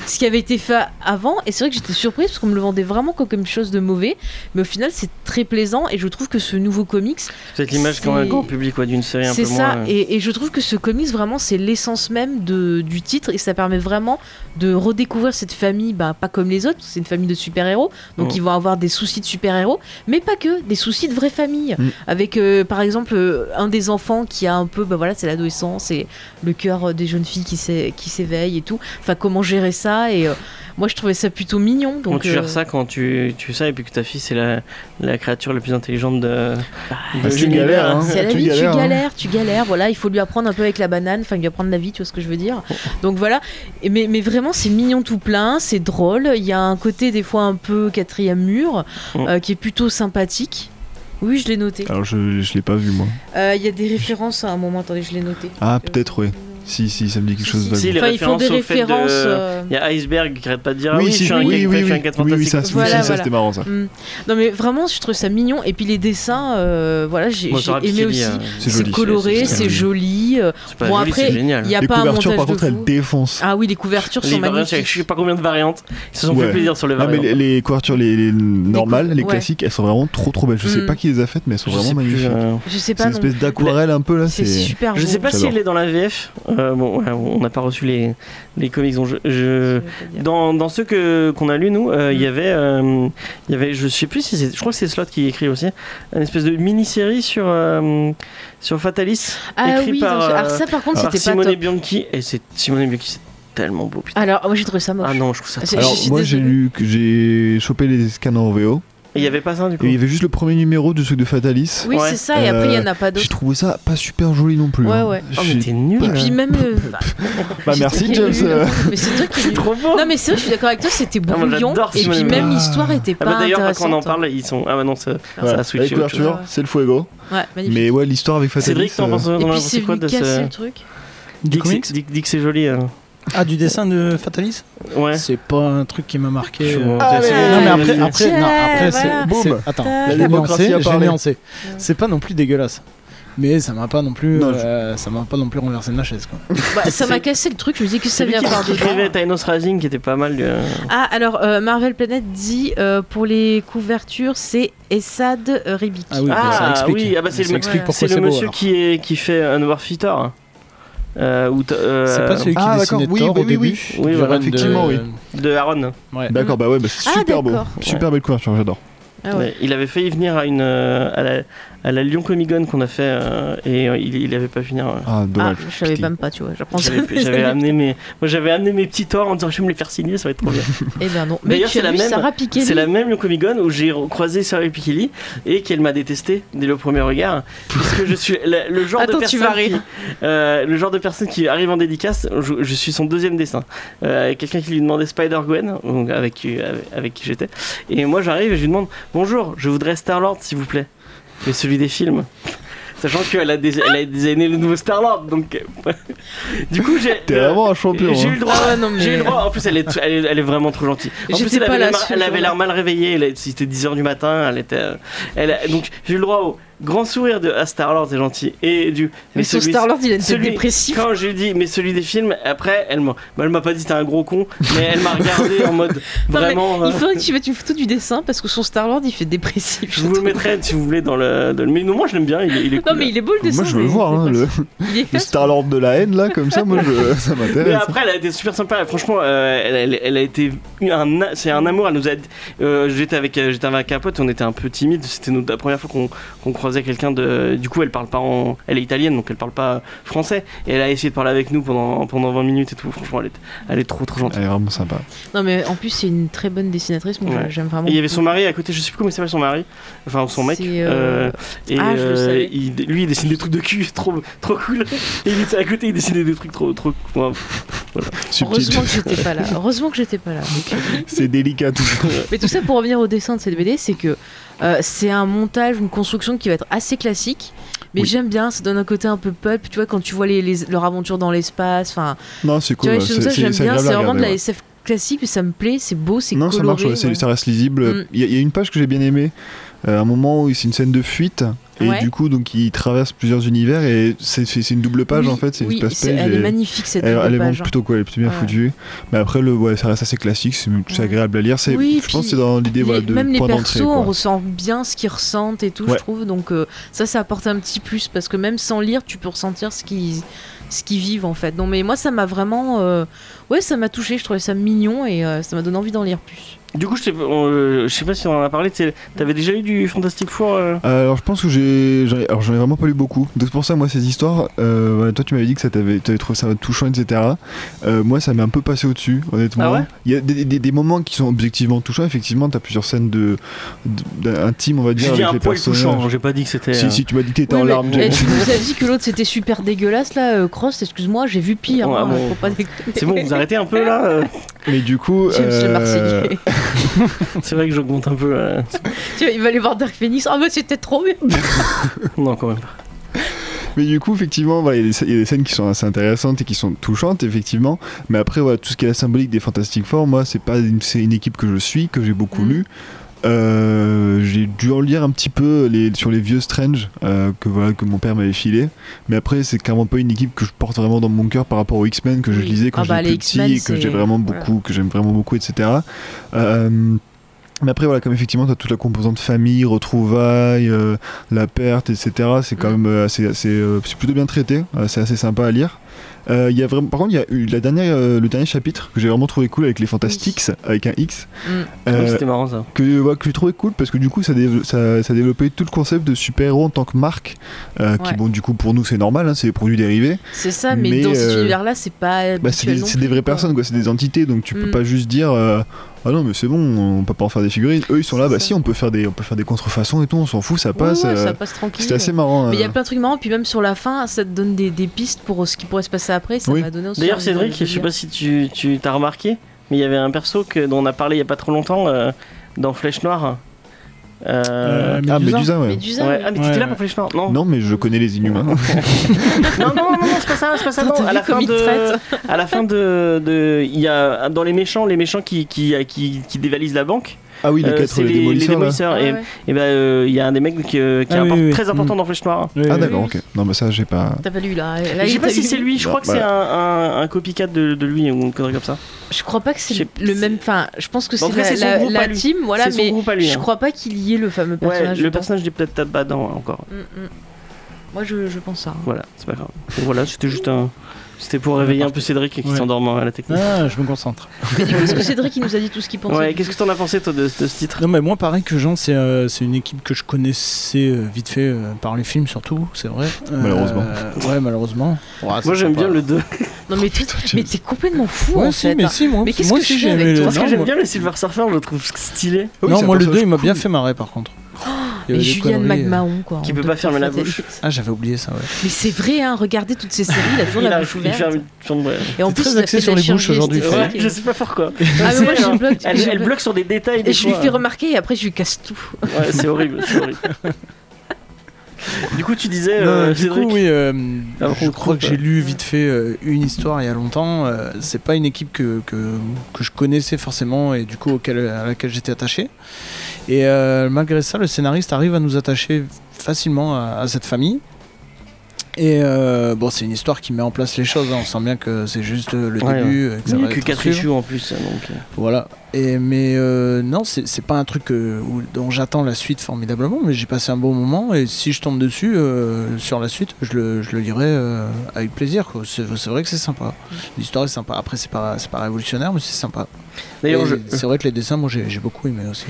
ce qui avait été fait avant. Et c'est vrai que j'étais surprise parce qu'on me le vendait vraiment comme quelque chose de mauvais. Mais au final, c'est très plaisant. Et je trouve que ce nouveau comics
C'est peut-être l'image
c'est-
qu'ont un grand public quoi, d'une série un peu
c'est ça,
moins. euh,
et, et je trouve que ce comics, vraiment, c'est l'essence même de, du titre, et ça permet vraiment de redécouvrir cette famille, bah, pas comme les autres, c'est une famille de super-héros, donc
Mm.
ils vont avoir des soucis de super-héros, mais pas que, des soucis de vraie famille.
Mm.
Avec, euh, par exemple, euh, un des enfants qui a un peu, bah voilà, c'est l'adolescence, et le cœur euh, des jeunes filles qui s'é- qui s'éveillent et tout. Enfin, comment gérer ça, et euh, moi, je trouvais ça plutôt mignon.
Comment
Donc,
tu
euh,
gères ça quand tu, tu sais et puis que ta fille c'est la, la créature la plus intelligente de, de
Bah, c'est
l'univers,
galère,
hein.
hein.
C'est la
Tu
vie,
galères,
tu
hein.
galères, tu galères, voilà, il faut lui apprendre un peu avec la banane, enfin lui apprendre la vie, tu vois ce que je veux dire. Donc voilà, Et mais, mais vraiment c'est mignon tout plein, c'est drôle, il y a un côté des fois un peu quatrième mur,
Mm.
euh, qui est plutôt sympathique. Oui, je l'ai noté. Euh,
Alors je, je l'ai pas vu moi.
Il y a des références à un moment, hein. attendez, je l'ai noté.
Ah peut-être oui. Si, si, ça me dit quelque chose.
si,
vaguement.
les
Enfin, ils font des
références au fait de-
références. euh,
Il y a Iceberg qui arrête pas de dire ah
Oui,
oui,
si,
je suis un
oui,
gars qui
oui,
fait- je suis un
oui.
gars
Oui, oui,
fantastique.
ça, si,
Voilà,
ça,
voilà.
c'était marrant ça.
hmm. Non, mais vraiment, je trouve ça mignon. Et puis les dessins, euh, voilà, j'ai
Moi,
j'ai
Sarah
aimé
Piketty,
aussi.
euh,
C'est joli.
coloré,
c'est- c'est
c'est joli. euh,
c'est pas
Bon,
joli,
après,
c'est génial.
Il n'y a
Les
pas un
couvertures,
montage
par
de
contre, elles
fou.
défoncent.
Ah oui, les couvertures
Les
sont
variantes,
magnifiques.
je sais pas combien de variantes. Ils se sont
Ouais.
fait plaisir sur les
Non, mais
variantes.
les, les couvertures les, les normales, les
ouais.
classiques, elles sont vraiment trop trop belles. Je sais
Mm.
pas qui les a faites, mais elles sont
Je sais
vraiment
plus,
magnifiques.
euh,
Je sais
C'est
pas
une
non.
espèce d'aquarelle un peu là.
C'est
C'est
super
Je
beau.
sais pas si
J'adore.
elle est dans la VF. Euh, bon, ouais, on n'a pas reçu les, les comics. Donc je, je- Dans, dans ceux que qu'on a lu nous, euh, il
Mm.
y avait, euh, il y avait, je sais plus si c'est, je crois que c'est Slot qui écrit aussi, une espèce de mini-série sur euh, sur Fatalis,
Ah
écrit
oui,
par,
dans ce-
euh,
alors ça par contre
par
c'était pas
Simone
top.
Bianchi. Et c'est Simone Bianchi, c'est tellement beau. Putain.
Alors moi j'ai trouvé ça moche.
Ah non, je trouve ça.
C'est-
trop-
Alors
je suis
moi j'ai
désolée.
lu que j'ai chopé les scans en VO
Et Il y avait pas ça du coup.
et il y avait juste le premier numéro de truc de Fatalis.
Oui
Ouais.
c'est ça et après il y en a pas
J'ai
d'autres.
trouvé ça pas super joli non plus.
Ouais,
hein.
ouais.
J'ai-
Oh mais t'es nul.
Et puis même. euh,
Bah
j'ai
merci
trouvé
James.
nul. hein. Mais c'est toi qui.
C'est trop beau.
Non mais c'est vrai, je suis d'accord avec toi, c'était
Ah, moi,
brouillon
j'adore
et
Simone
puis
Bianchi.
même l'histoire était
Ah
pas
bah d'ailleurs, quand
intéressante.
on en parle, ils sont. Ah bah non, ça, ça a
Voilà.
switché.
Avec
autre chose.
couverture, c'est le fuego.
Ouais, magnifique.
Mais ouais, l'histoire avec Fatalis.
Cédric, t'en
euh,
penses t'en
Et puis
penses
c'est
quoi de
venu casser
ce
le truc.
Du
Dis que
comics
c'est- dis- dis que c'est joli. euh.
Ah, du dessin de Fatalis
Ouais.
C'est pas un truc qui m'a marqué.
Je
euh,
vois.
Allez.
Non, mais après,
Tiens,
après, non, après
voilà.
c'est.
Boum.
c'est- Attends,
La
je vais
démocratie
nuancer,
a
je vais
parlé.
nuancer. C'est pas non plus dégueulasse. Mais ça m'a pas non plus,
Non, je-
euh, ça m'a pas non plus renversé de ma chaise. Quoi.
Bah, ça m'a cassé le truc, je me disais que ça
C'est lui
vient
qui
par
qui
dedans.
écrivait Thanos Rising qui était pas mal. lui, euh.
Ah, alors euh, Marvel Planet dit euh, pour les couvertures, c'est Essad euh, Ribic.
Ah oui,
Ah,
mais ça explique.
oui, ah bah, c'est
Ça
le-
explique
ouais.
pourquoi
C'est
c'est
le
beau.
monsieur
alors.
qui, est, qui fait un War Fighter. Euh, ou t- euh,
C'est pas celui qui
Ah,
dessinait
d'accord, oui,
Thor
oui,
au
oui, oui.
début.
Oui,
du
voilà,
run de-
effectivement, oui.
de Aaron.
Ouais.
D'accord, bah ouais, bah, c'est
Ah,
super beau.
d'accord.
Super belle couverture, j'adore.
Ah ouais.
Ouais, Il avait failli venir à, une, euh, à, la, à la Lyon Comic Con qu'on a fait euh, et euh, il, il avait pas fini. euh.
Ah,
Ah,
dommage.
je savais
pitié.
même pas, tu vois. J'apprends ça.
J'avais j'avais amené mes, moi j'avais amené mes petits torts en disant je vais me les faire signer, ça va être trop bien.
Eh ben non. Mais
D'ailleurs,
tu
c'est
as
la
vu
même-
Sarah Piketty.
C'est la même Lyon Comic Con où j'ai croisé Sarah Piketty et qu'elle m'a détesté dès le premier regard puisque je suis la- le genre de
Attends, tu
personne
vas
qui,
rire.
euh, le genre de personne qui arrive en dédicace. Je, je suis son deuxième dessin. Euh, Quelqu'un qui lui demandait Spider Gwen avec qui avec, avec qui j'étais et moi j'arrive et je lui demande bonjour, je voudrais Star Lord s'il vous plaît, mais celui des films. Sachant qu'elle a, dés- elle a designé le nouveau Star-Lord, donc... euh, du coup, j'ai...
T'es vraiment un champion.
J'ai eu
hein.
le droit.
Ah ouais, non, mais-
J'ai eu le droit. En plus, elle est, elle est, elle est vraiment trop gentille. En
J'étais
plus, elle
pas
avait,
là
l'air mar-
ce
elle avait
jour-là.
l'air mal réveillée. Elle est- C'était 10h du matin. Elle était. euh, Elle, a- donc, j'ai eu le droit au grand sourire de Ah, Star-Lord, c'est gentil. Et du.
Mais son
celui-
Star-Lord, il a une tête
celui-
dépressive.
Quand j'ai dit, mais celui des films, après, elle m'a, bah, elle m'a pas dit t'es un gros con, mais elle m'a regardé en mode
Non, mais
vraiment. euh,
Il faudrait que tu mettes une photo du dessin parce que son Star-Lord, il fait dépressif.
je vous le
trouve.
mettrai si vous voulez dans le. dans le- mais non, moi je l'aime bien, il est, il est
Non,
cool.
mais il est beau le dessin.
Moi, je veux
mais
le voir,
il est
hein,
pas-
le,
Il est
le Star-Lord de la haine, là, comme ça, moi, je, ça
Mais
m'intéresse.
après, elle a été super sympa. Franchement, euh, elle, elle- elle a été un, a- c'est un amour. Elle nous a. euh, j'étais avec, euh, j'étais avec un pote. On était un peu timide. C'était notre- la première fois qu'on, qu'on croisait quelqu'un de. Du coup, elle parle pas en. Elle est italienne, donc elle parle pas français. Et elle a essayé de parler avec nous pendant pendant 20 minutes et tout. Franchement, elle est, elle est trop trop gentille.
Elle est vraiment sympa.
Non, mais en plus, c'est une très bonne dessinatrice. Moi,
Ouais.
j'aime vraiment.
Et il y avait son mari à côté. Je sais plus comment il s'appelle son mari. Enfin, son mec.
C'est,
Euh,
euh,
et
ah, je le savais.
il- lui, il dessine des trucs de cul, trop trop cool. Et il était à côté, il dessinait des trucs trop trop. ouais.
Subtil.
Heureusement que j'étais pas là. Heureusement que j'étais pas là.
C'est délicat, tout ça.
Mais tout ça pour revenir au dessin de cette BD, c'est que euh, c'est un montage, une construction qui va être assez classique. Mais
Oui.
j'aime bien, ça donne un côté un peu pulp, tu vois, quand tu vois les, les- leur aventure dans l'espace, enfin,
Non, c'est
tu
cool.
vois,
ouais,
des choses comme ça, j'aime bien,
agréable
c'est
à
vraiment de la
regarder, ouais.
SF classique, mais ça me plaît, c'est beau, c'est
Non,
coloré.
ça marche, ouais, c'est-
ouais.
ça reste lisible.
Mm.
Il y, a- il y a une page que j'ai bien aimée, euh, un moment où c'est une scène de fuite, et
Ouais.
du coup, donc, il traverse plusieurs univers, et c'est c'est- c'est une double page,
Oui,
en fait, c'est
oui,
une space
c'est-
page.
Elle
et-
est magnifique cette
elle, elle est
double
vraiment
page. hein.
plutôt quoi, elle est plutôt bien
Ouais.
foutue. Mais après, le, ouais, ça reste assez classique, c'est c'est
Ouais.
agréable à lire. c'est
Oui,
je pense
puis
que c'est dans l'idée voilà,
Les-
de
même les
point d'entrée.
persos,
quoi.
on ressent bien ce qu'ils ressentent et tout,
Ouais.
je trouve. Donc euh, ça, ça apporte un petit plus parce que même sans lire, tu peux ressentir ce qu'ils ce qu'ils vivent en fait. Non, mais moi, ça m'a vraiment, euh, ouais, ça m'a touché. Je trouvais ça mignon et euh, ça m'a donné envie d'en lire plus.
Du coup, je sais, pas- euh, je sais pas si on en a parlé. tu sais, T'avais déjà eu du Fantastic Four euh,
Euh, Alors je pense que j'ai, j'en ai- alors j'en ai vraiment pas lu beaucoup. Donc c'est pour ça moi ces histoires, euh, voilà, toi tu m'avais dit que ça t'avait, t'avais trouvé ça touchant etc. Euh, moi ça m'est un peu passé au dessus honnêtement.
Ah ouais
Il y a des, des- des moments qui sont objectivement touchants. Effectivement t'as plusieurs scènes de, de- intimes on va dire
J'ai dit
avec
un
les
poil
personnages.
touchant, j'ai pas dit que c'était. euh,
Si si tu m'as dit que t'étais en
Oui, mais-
larmes.
et
James.
tu nous as dit que l'autre c'était super dégueulasse là, euh, Cross. Excuse-moi, j'ai vu pire.
Ouais,
hein,
bon.
faut pas déconner.
C'est bon, vous arrêtez un peu là euh,
Mais du coup.
James, le
euh,
Marseillais.
C'est vrai que j'augmente un peu. euh,
Tu vois, il va aller voir Dark Phoenix. Ah, bah c'était trop bien.
Non, quand même pas.
Mais du coup, effectivement, voilà, il y, a des- il y a des scènes qui sont assez intéressantes et qui sont touchantes, effectivement. Mais après, voilà, tout ce qui est la symbolique des Fantastic Four, moi, c'est pas une, c'est une équipe que je suis, que j'ai beaucoup
Mhm.
lu. Euh, j'ai dû en lire un petit peu les, sur les vieux Strange euh, que voilà que mon père m'avait filé, mais après c'est clairement pas une équipe que je porte vraiment dans mon cœur par rapport aux X-Men que je
Oui.
lisais quand
Ah bah, les
j'étais petit
X-Men,
et que j'ai
c'est-
vraiment
voilà.
beaucoup, que j'aime vraiment beaucoup, etc. Euh, mais après voilà comme effectivement t'as toute la composante famille, retrouvailles, euh, la perte, etc. C'est quand
Mm.
même euh, assez, assez, euh, c'est plutôt bien traité, euh, c'est assez sympa à lire. Euh, il y a vraiment, par contre, il y a eu la dernière, euh, le dernier chapitre que j'ai vraiment trouvé cool avec les Fantastiques, avec un X,
Mm.
Ouais,
euh,
C'était marrant ça.
que, ouais, que j'ai trouvé cool parce que du coup ça, dév- ça, ça développait tout le concept de super-héros en tant que marque, euh, qui
Ouais.
bon du coup pour nous c'est normal, hein, c'est des produits dérivés,
C'est ça, mais,
Mais,
dans cet
euh,
univers-là, c'est pas.
bah, c'est
habituel
des,
non
c'est des
plus,
vraies
quoi.
personnes, quoi, c'est des entités, donc tu peux
Mm.
pas juste dire euh, ah non mais c'est bon, on peut pas en faire des figurines. Eux ils sont là,
C'est
bah
ça.
si on peut faire des, on peut faire des contrefaçons et tout, on s'en fout, ça
Ouais,
passe.
ouais,
euh,
ça passe tranquille.
C'était assez marrant.
Mais il y a
euh.
plein de trucs marrants, puis même sur la fin, ça te donne des, des pistes pour euh, ce qui pourrait se passer après. Ça
Oui.
m'a donné aussi
D'ailleurs,
envie de-
Cédric,
de
je sais
lire.
pas si tu tu t'as remarqué, mais il y avait un perso que, dont on a parlé il y a pas trop longtemps euh, dans Flèche Noire. Euh,
Euh,
Ah
Médusa
Médusa, ouais.
Médusa,
ouais. Ah, mais
Ouais,
t'étais là
ouais.
pour Flèche Noire Non.
Non mais je connais les Inhumains.
Euh,
non, non, non, non, c'est pas ça, c'est pas ça.
Putain,
non.
t'as
À
vu
la
comme
fin
il
de,
traite
à la fin de, de, il y a dans les méchants, les méchants qui qui qui, qui dévalisent la banque.
Ah oui, les
euh,
quatre
c'est
les démolisseurs. là.
démolisseurs.
Ah Ouais,
Et,
ouais.
et ben, euh, il y a un des mecs qui, euh, qui est
Ah oui,
import-
oui, oui.
très important
Mm.
dans Flèche
Bah,
Noire.
Oui,
Ah
oui.
d'accord, ok. Non mais ça j'ai pas.
T'as pas lu là. là,
Et je sais
t'as
pas si
lu.
c'est lui. Je
Bon,
crois que
voilà.
c'est un, un, un copycat de, de lui ou une connerie comme ça.
Je crois pas que c'est
Je sais-
le, le même. Enfin, je pense que
En
c'est
tout cas,
la,
c'est son
la-
groupe
la
à lui.
team, voilà,
c'est son
mais
groupe à lui.
je
hein.
crois pas qu'il y ait le fameux
Ouais,
personnage.
le
dedans.
personnage n'est peut-être pas dedans hein, encore.
Mm, mm. Moi, je, je pense ça. hein.
Voilà, c'est pas grave. Donc voilà, c'était juste un. C'était pour réveiller un peu Cédric qui
Ouais.
s'endorme à la technique.
Ah, je me concentre.
Mais du coup, est-ce que Cédric, il nous a dit tout ce qu'il pensait
ouais, qu'est-ce que t'en as pensé toi de, de ce titre
Non, mais moi, pareil que Jean, c'est euh, c'est une équipe que je connaissais euh, vite fait euh, par les films, surtout, c'est vrai. Euh,
Malheureusement.
ouais, malheureusement. Ouais, c'est
Moi j'aime
sympa.
bien le 2.
Non, mais toi, mais t'es complètement fou
Ouais,
en
si,
fait.
mais
hein.
si, moi,
Mais qu'est-ce
moi
que je
aussi,
fais
j'ai
avec
aimé
toi
le-
Parce
non,
que j'aime
moi-
bien le Silver Surfer, je le trouve stylé.
Ah oui,
non,
c'est un
moi, le
personnage
2, il m'a bien
cool.
fait marrer, par contre.
Et
Il y avait des
Oh, Julianne
conneries, euh,
McMahon, quoi.
Qui
en
peut pas
Dr.
fermer la
Fatality.
Ah, j'avais oublié ça, ouais.
Mais c'est vrai, hein, regardez toutes ces séries, il a toujours
Il
la
a-
bouche
il
ouverte.
ferme une chambre. ouais.
Et en
C'est
plus,
très
il a fait
axé
de
sur
la
les bouches
chirurgie
aujourd'hui,
esthétique.
Ouais, je sais pas pourquoi. hein.
Ah, mais moi, je suis bloque.
Elle,
je-
elle bloque sur des détails.
Et
des
je lui
fois. hein.
fais remarquer et après, je lui casse tout.
Ouais, c'est horrible, c'est horrible. Du coup, tu disais, euh,
Non, du
Cédric.
coup, oui, euh,
Ah, on
je crois
coupe,
que j'ai lu vite fait euh, une histoire il y a longtemps. Euh, c'est pas une équipe que, que, que je connaissais forcément et du coup auquel, à laquelle j'étais attaché. Et euh, malgré ça, le scénariste arrive à nous attacher facilement à, à cette famille. Et euh, bon, c'est une histoire qui met en place les choses. hein. On sent bien que c'est juste euh, le
Ouais,
début. euh, que ça
Il y
va
a que
être à
4
suivre.
issues en plus. Donc, euh,
Voilà. Et, mais euh, non, c'est c'est pas un truc euh, où- dont j'attends la suite formidablement, mais j'ai passé un bon moment et si je tombe dessus euh, sur la suite, je le, je le lirai euh, avec plaisir. quoi. C'est c'est vrai que c'est sympa.
Mm.
L'histoire est sympa. Après, c'est pas, c'est pas révolutionnaire, mais c'est sympa.
D'ailleurs,
Et
je,
C'est vrai que les dessins, moi j'ai j'ai beaucoup aimé aussi.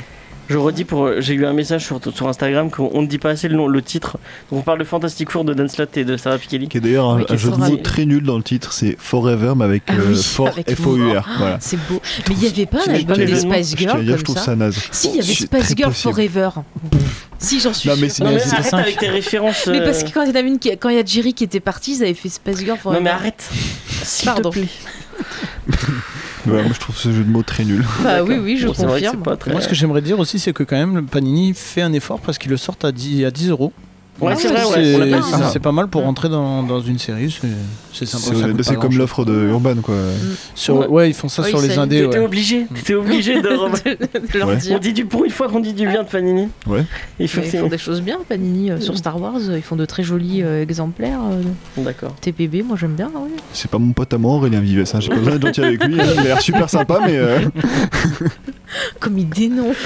je redis pour. euh, J'ai eu un message sur, sur Instagram qu'on ne dit pas assez le nom, le titre. Donc, on parle de Fantastic Four de Dan Slott et de Sarah Pikeli.
Qui est d'ailleurs un,
Oui, qui
un jeu de
sera
mots
bien.
très nul dans le titre, c'est Forever mais avec
Ah
euh,
oui,
for
avec
F O U R. Voilà.
C'est beau. Mais il n'y avait pas
C'est
un album
les
des
événements,
Spice
Je tiens à
Girls
dire, je
comme
trouve
ça
ça naze.
Si, il y avait
C'est
Spice
très
Girl
possible.
Forever. Si, j'en suis
Non, mais
sûre.
c'est
Non,
une-
mais
c'est
arrête
cinq.
avec tes références.
Mais
euh,
parce que quand il y a, quand il y a Jerry qui était parti, ils avaient fait Space Girl Forever.
Non, mais arrête. S'il te
Pardon.
plaît.
Ouais, moi je trouve ce jeu de mots très nul.
Bah
D'accord.
oui, oui, je
Bon, c'est vrai que
confirme.
c'est pas très-
Moi, ce que j'aimerais dire aussi, c'est que quand même, le Panini fait un effort parce qu'ils le sortent à 10, à 10 euros.
Ouais,
Donc,
c'est vrai, ouais,
c'est-
on l'a pas hein.
dit,
c'est-
ça.
C'est pas mal pour
Mm.
rentrer dans, dans une série. c'est- C'est sympa. ça coûte
C'est
pas
c'est comme
grand-chose.
l'offre de Urban quoi.
Sur-
Ouais.
Ouais, ils font ça
Oui,
sur les
c'est-
indés.
T'étais
ouais. Mm.
obligé. T'étais obligé de. remarquer.
de leur
Ouais.
dire.
On dit du pour une fois qu'on dit du bien de Panini.
Ouais.
Il faut
Mais
que
ils font
c'est.
des choses bien, Panini, euh, sur Star Wars. Ils font de très jolis euh, exemplaires. euh,
D'accord.
TPB, moi j'aime bien. hein. ouais.
C'est pas mon pote à moi Aurélien Vives, hein. j'ai pas besoin d'être gentil avec lui, hein. il a l'air super sympa mais euh,
Comme il dénonce.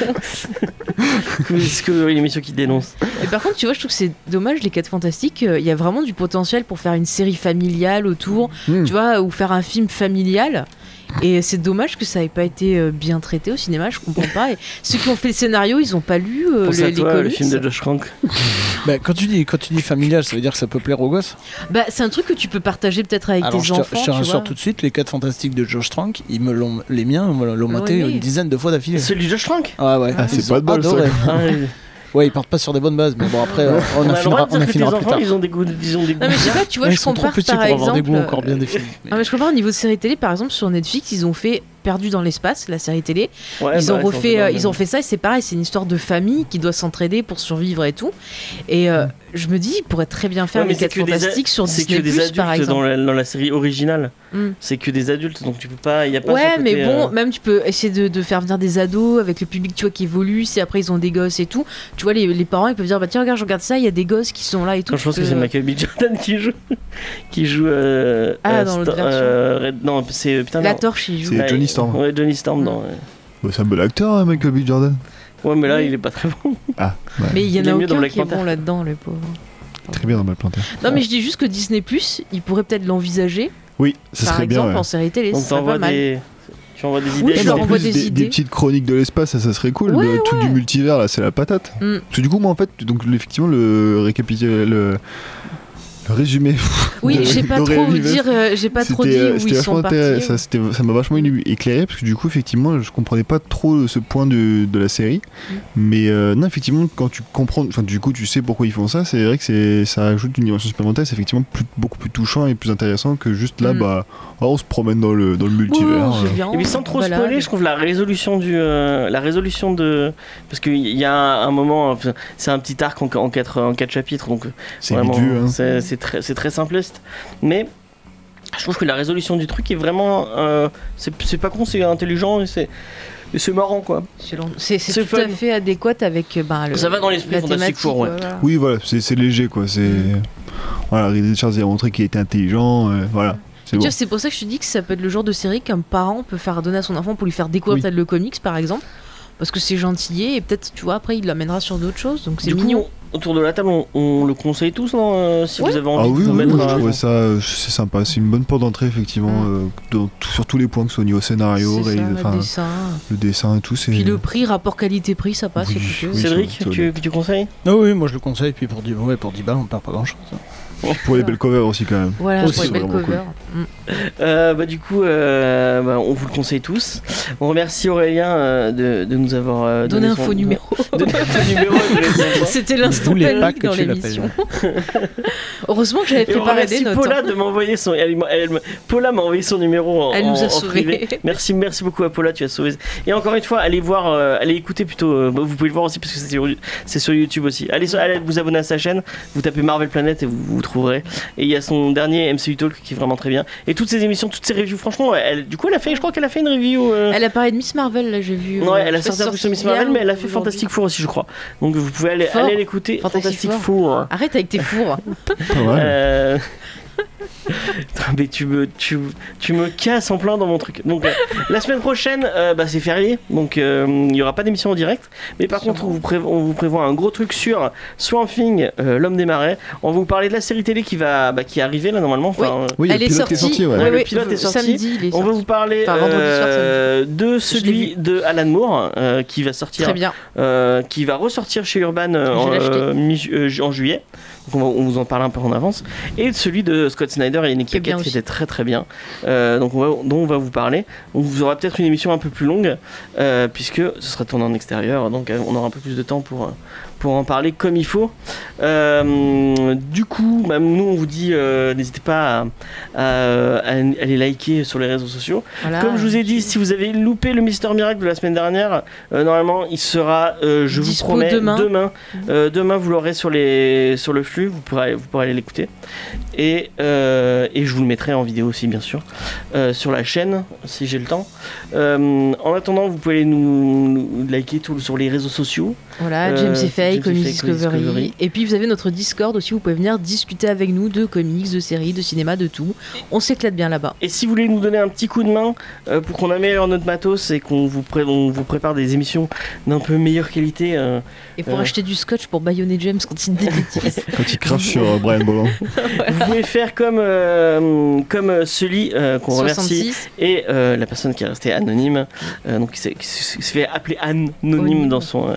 Est-ce que les messieurs qui dénoncent
Et par contre, tu vois, je trouve que c'est dommage, les 4 fantastiques. euh, Il y a vraiment du potentiel pour faire une série familiale autour,
hmm.
tu vois, ou faire un film familial. Et c'est dommage que ça ait pas été euh, bien traité au cinéma, je comprends pas. Et ceux qui ont fait le scénario, ils ont pas lu euh,
Pense
le,
à
les
toi, le
comics.
film de Josh Frank.
Bah, quand tu dis quand tu dis familial, ça veut dire que ça peut plaire aux gosses.
Bah, c'est un truc que tu peux partager peut-être avec
Alors
tes
je te,
enfants.
je te
tu
rassure
vois.
tout de suite, les 4 fantastiques de Josh Trank, ils me l'ont les miens me l'ont maté
aimé.
une dizaine de fois d'affilée.
Celui de Josh Frank
Ah ouais,
Ah, c'est
Ils
pas
ont
de bol, ça.
adoré.
Ah, oui.
Ouais, ils partent pas sur des bonnes bases, mais bon après euh, on,
On a le droit de dire
affinera, on
que tes
affinera plus
enfants,
tard.
ils ont des goûts. Ils ont des goûts.
Non mais je sais pas, tu vois,
Ouais, ils
je
sont trop
compare
petits
par
pour avoir des
exemple.
goûts encore bien
euh,
définis. mais-
Non mais je compare au niveau de série télé par exemple sur Netflix ils ont fait perdu dans l'espace, la série télé.
Ouais,
ils
bah
ont
ouais, c'est
refait,
encore
euh,
bien.
ils ont fait ça et c'est pareil, c'est une histoire de famille qui doit s'entraider pour survivre et tout. Et euh, je me dis, ils pourraient très bien faire
Ouais, mais
les
c'est
4
que des a-
fantastiques sur
C'est
Disney
que des
par
adultes
exemple.
dans la, dans la série originale.
Mm.
C'est que des adultes, donc tu peux pas. Y a pas
Ouais,
ce côté,
mais bon,
euh,
même tu peux essayer de, de faire venir des ados avec le public, tu vois, qui évolue. Si après ils ont des gosses et tout, tu vois, les, les parents ils peuvent dire, bah tiens, regarde, je regarde ça, il y a des gosses qui sont là et tout.
Non, je pense
tu
que c'est
peux-
Michael B. Jordan qui joue. qui joue. euh,
Ah,
euh,
dans l'autre
Sto- euh, Red- non, c'est. Putain,
La
non.
torche, il joue.
C'est
Ouais,
Johnny Storm.
Ouais, Johnny Storm,
Mm.
non, ouais.
Bah, c'est un bel acteur, hein, Michael B. Jordan.
Ouais, mais là,
Oui.
il est pas très bon.
Mais il y en
Il est
a
mieux dans
aucun
Black
qui est
Panther.
bon là-dedans, les pauvres.
Très bien dans Black Panther.
Non, mais je dis juste que Disney Plus, ils pourraient peut-être l'envisager.
Oui, ça
par
serait bien.
exemple,
ouais.
en série télé,
On
ce serait pas
t'envoie
mal.
des. Tu envoies des
Oui,
idées.
je
Et
genre.
leur
en
envoie
plus,
des idées.
petites chroniques de l'espace, ça, ça serait cool.
Ouais,
le truc
ouais.
du multivers, là, c'est la patate.
Mm.
Parce que du coup, moi, en fait, donc le- effectivement, le récapitulé, le, le résumé.
Oui,
de-
j'ai pas
d'Aurélie
trop vous
Vivès,
dire, euh, j'ai pas trop dit
c'était, euh,
où
c'était
ils
vachement
sont
intéressant,
partis.
ça, c'était- ça m'a vachement élu- éclairé parce que du coup, effectivement, je comprenais pas trop ce point de, de la série.
Mm.
Mais euh, non, effectivement, quand tu comprends, enfin, du coup, tu sais pourquoi ils font ça. C'est vrai que c'est, ça ajoute une dimension supplémentaire. C'est effectivement plus- beaucoup plus touchant et plus intéressant que juste là,
Mm.
bah, oh, on se promène dans le dans le
Ouais,
multivers.
c'est
euh.
bien,
Et puis sans trop
balade.
spoiler, je trouve la résolution du, euh, la résolution de, parce qu'il y a un moment, enfin, c'est un petit arc en, en quatre, en quatre chapitres, donc
c'est
Vraiment,
bidule, hein.
c'est- c'est très, c'est très simpliste. Mais je trouve que la résolution du truc est vraiment. euh, c'est c'est pas con, c'est intelligent et c'est. et c'est marrant quoi.
C'est long- C'est c'est
C'est
tout à
fun.
fait adéquat avec euh, ben, le-
Ça va dans l'esprit
la
Fantastic
thématique, euh,
Four, ouais.
voilà.
Oui, voilà, c'est c'est léger, quoi. C'est voilà, Reed Richards a montré qu'il était intelligent. euh, voilà, c'est
Tu
bon.
vois, c'est pour ça que je te dis que ça peut être le genre de série qu'un parent peut faire donner à son enfant pour lui faire découvrir
Oui.
peut-être le comics par exemple. Parce que c'est gentillet et peut-être, tu vois, après il l'amènera sur d'autres choses, donc c'est
Du coup,
mignon.
on- autour de la table, on, on le conseille tous, non euh, Si
Ouais.
vous avez
Ah
envie
oui,
de
oui,
mettre.
oui, je
un-
trouvais ça, euh, c'est sympa. C'est une bonne porte d'entrée, effectivement,
Mm.
euh, dans tout- sur tous les points, que ce soit au niveau scénario,
C'est
réal-
ça,
enfin,
le dessin.
le dessin et tout. C'est
Puis le prix, rapport qualité-prix, ça passe,
Oui,
c'est plutôt-
oui.
Cédric,
ça va, ça
tu, tu conseilles
Ah oui, moi je le conseille, puis pour 10, ouais, pour 10 balles, on perd pas hein. grand chose.
pour les belles covers aussi, quand même.
Voilà,
Aussi,
pour les
c'est
belles
Oh, vraiment
covers. Mm.
Euh, bah, Du coup, euh, bah, on vous le conseille tous. On remercie Aurélien euh, de, de nous avoir euh,
Donner
donné
un
son-
faux numéro.
Donner un faux numéro. je l'ai dit, moi.
C'était l'instant
voulais pas
panique
que
dans
tu hein.
l'émission. Heureusement que j'avais
Et on
préparé
remercie
des notes.
Paula
hein.
de m'envoyer son. Elle, m'a- elle m'a- Paula m'a envoyé son numéro en.
Elle nous a
en- en
sauvés.
privé. Merci, merci beaucoup à Paula, tu as sauvé. Et encore une fois, allez voir, euh, allez écouter plutôt. euh, bah, vous pouvez le voir aussi parce que c'est sur, c'est sur YouTube aussi. Allez, sur- allez vous abonner à sa chaîne. Vous tapez Marvel Planet et vous, vous trouverez. Et il y a son dernier MCU Talk qui est vraiment très bien. Et toutes ses émissions, toutes ses reviews. Franchement, elle, du coup, elle a fait. Je crois qu'elle a fait une review. euh,
hein. Elle a parlé de Miss Marvel, là, j'ai vu.
Ouais, elle a
Je sais
sorti
pas si
un truc sur Miss
hier
Marvel, mais elle a fait
ou
Fantastic Four aussi, je crois. Donc vous pouvez aller
Four.
aller l'écouter.
Fantastic
Fantastic Four.
aujourd'hui. Arrête avec tes fours.
Pas mal.
Euh, Putain, mais tu me, tu, tu me casses en plein dans mon truc. Donc, euh, la semaine prochaine, euh, bah, c'est férié, donc euh, il n'y aura pas d'émission en direct. Mais par contre, on vous, prévo- on vous prévoit un gros truc sur Swamp Thing, euh, l'homme des marais. On va vous parler de la série télé qui va, bah, qui est arrivée là normalement. Enfin, euh,
Oui, le
elle est
pilote qui
sortie.
est sorti, ouais.
Ouais, le
oui,
pilote est sorti.
Samedi, il est
on va vous
sorti.
parler
Enfin, vendredi soir,
euh, de celui
vu.
de Alan Moore euh, qui va sortir
Très bien.
euh, qui va ressortir chez Urban euh,
Je
en,
l'ai acheté.
euh, mi- euh, ju- en juillet. Donc on, va- on vous en parle un peu en avance. Et celui de Scott Snyder et Nick
Qui est bien
Hackett qui
aussi.
était très très bien. Euh, donc on va, dont on va vous parler. On vous aura peut-être une émission un peu plus longue euh, puisque ce sera tourné en extérieur. Donc euh, on aura un peu plus de temps pour, euh, pour en parler comme il faut. Euh, du coup, bah, nous on vous dit euh, n'hésitez pas à, à- à aller liker sur les réseaux sociaux.
Voilà.
Comme je vous ai dit, si vous avez loupé le Mister Miracle de la semaine dernière, euh, normalement il sera, euh, je vous
Dispo
promets,
demain.
Demain, Euh, demain, vous l'aurez sur, les, sur le flux, vous pourrez, vous pourrez aller l'écouter. Et, euh, et je vous le mettrai en vidéo aussi, bien sûr, euh, sur la chaîne, si j'ai le temps. Euh, en attendant, vous pouvez nous, nous liker tout, sur les réseaux sociaux.
Voilà,
Euh,
James et Faye,
James
Comics
et Faye, Comics
Discovery.
Discovery.
Et puis vous avez notre Discord aussi, vous pouvez venir discuter avec nous de comics, de séries, de cinéma, de tout. On s'éclate bien là-bas.
Et si vous voulez nous donner un petit coup de main euh, pour qu'on améliore notre matos et qu'on vous, pré- on vous prépare des émissions d'un peu meilleure qualité. euh,
Et pour
Euh.
acheter du scotch pour baïonner James quand il dit des bêtises.
Quand il crache sur euh, Brian Bolland.
Vous pouvez faire comme, euh, comme euh, celui euh, qu'on remercie
66.
et euh, la personne qui est restée anonyme, euh, donc qui s'est- qui s'est qui s'est fait appeler anonyme
Anonyme.
dans son, euh,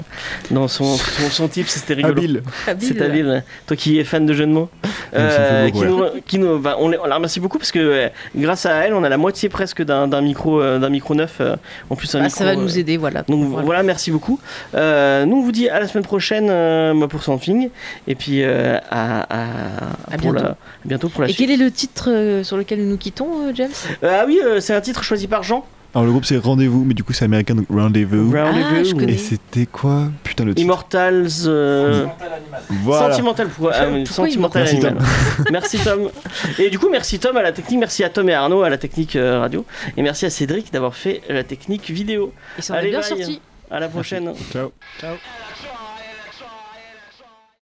dans son, son, son type, c'était rigolo.
Habile.
Ah,
C'est ta ville, toi qui es fan de jeux de mots. Euh,
c'est
qui
beau,
nous, qui nous- bah, on, les- on la remercie beaucoup parce que euh, grâce à elle, on a la moitié presque d'un d'un micro, euh, d'un micro neuf. euh, en plus, un
Ah,
micro,
ça va
euh,
nous aider, voilà.
donc
Voilà.
voilà, merci beaucoup. Euh, nous, on vous dit à la semaine prochaine euh, bah, pour Something et puis euh, à, à,
À
pour la-
bientôt.
à bientôt pour la
Et
suite.
quel est le titre euh, sur lequel nous nous quittons, euh, James
Euh, ah oui, euh, c'est un titre choisi par Jean.
Alors le groupe c'est Rendez-vous, mais du coup c'est américain donc Rendez-vous.
Ah, je connais.
Et c'était quoi Putain le titre
Immortals. euh,
Voilà.
Sentimental, pourquoi, ah, oui,
Pourquoi
sentimental
Merci,
animal. merci Tom. Et du coup, merci Tom à la technique, merci à Tom et Arnaud à la technique euh, radio, et merci à Cédric d'avoir fait la technique vidéo.
Ils s'en est
Allez,
bien
bye.
sortis.
À la prochaine.
Ciao.
Action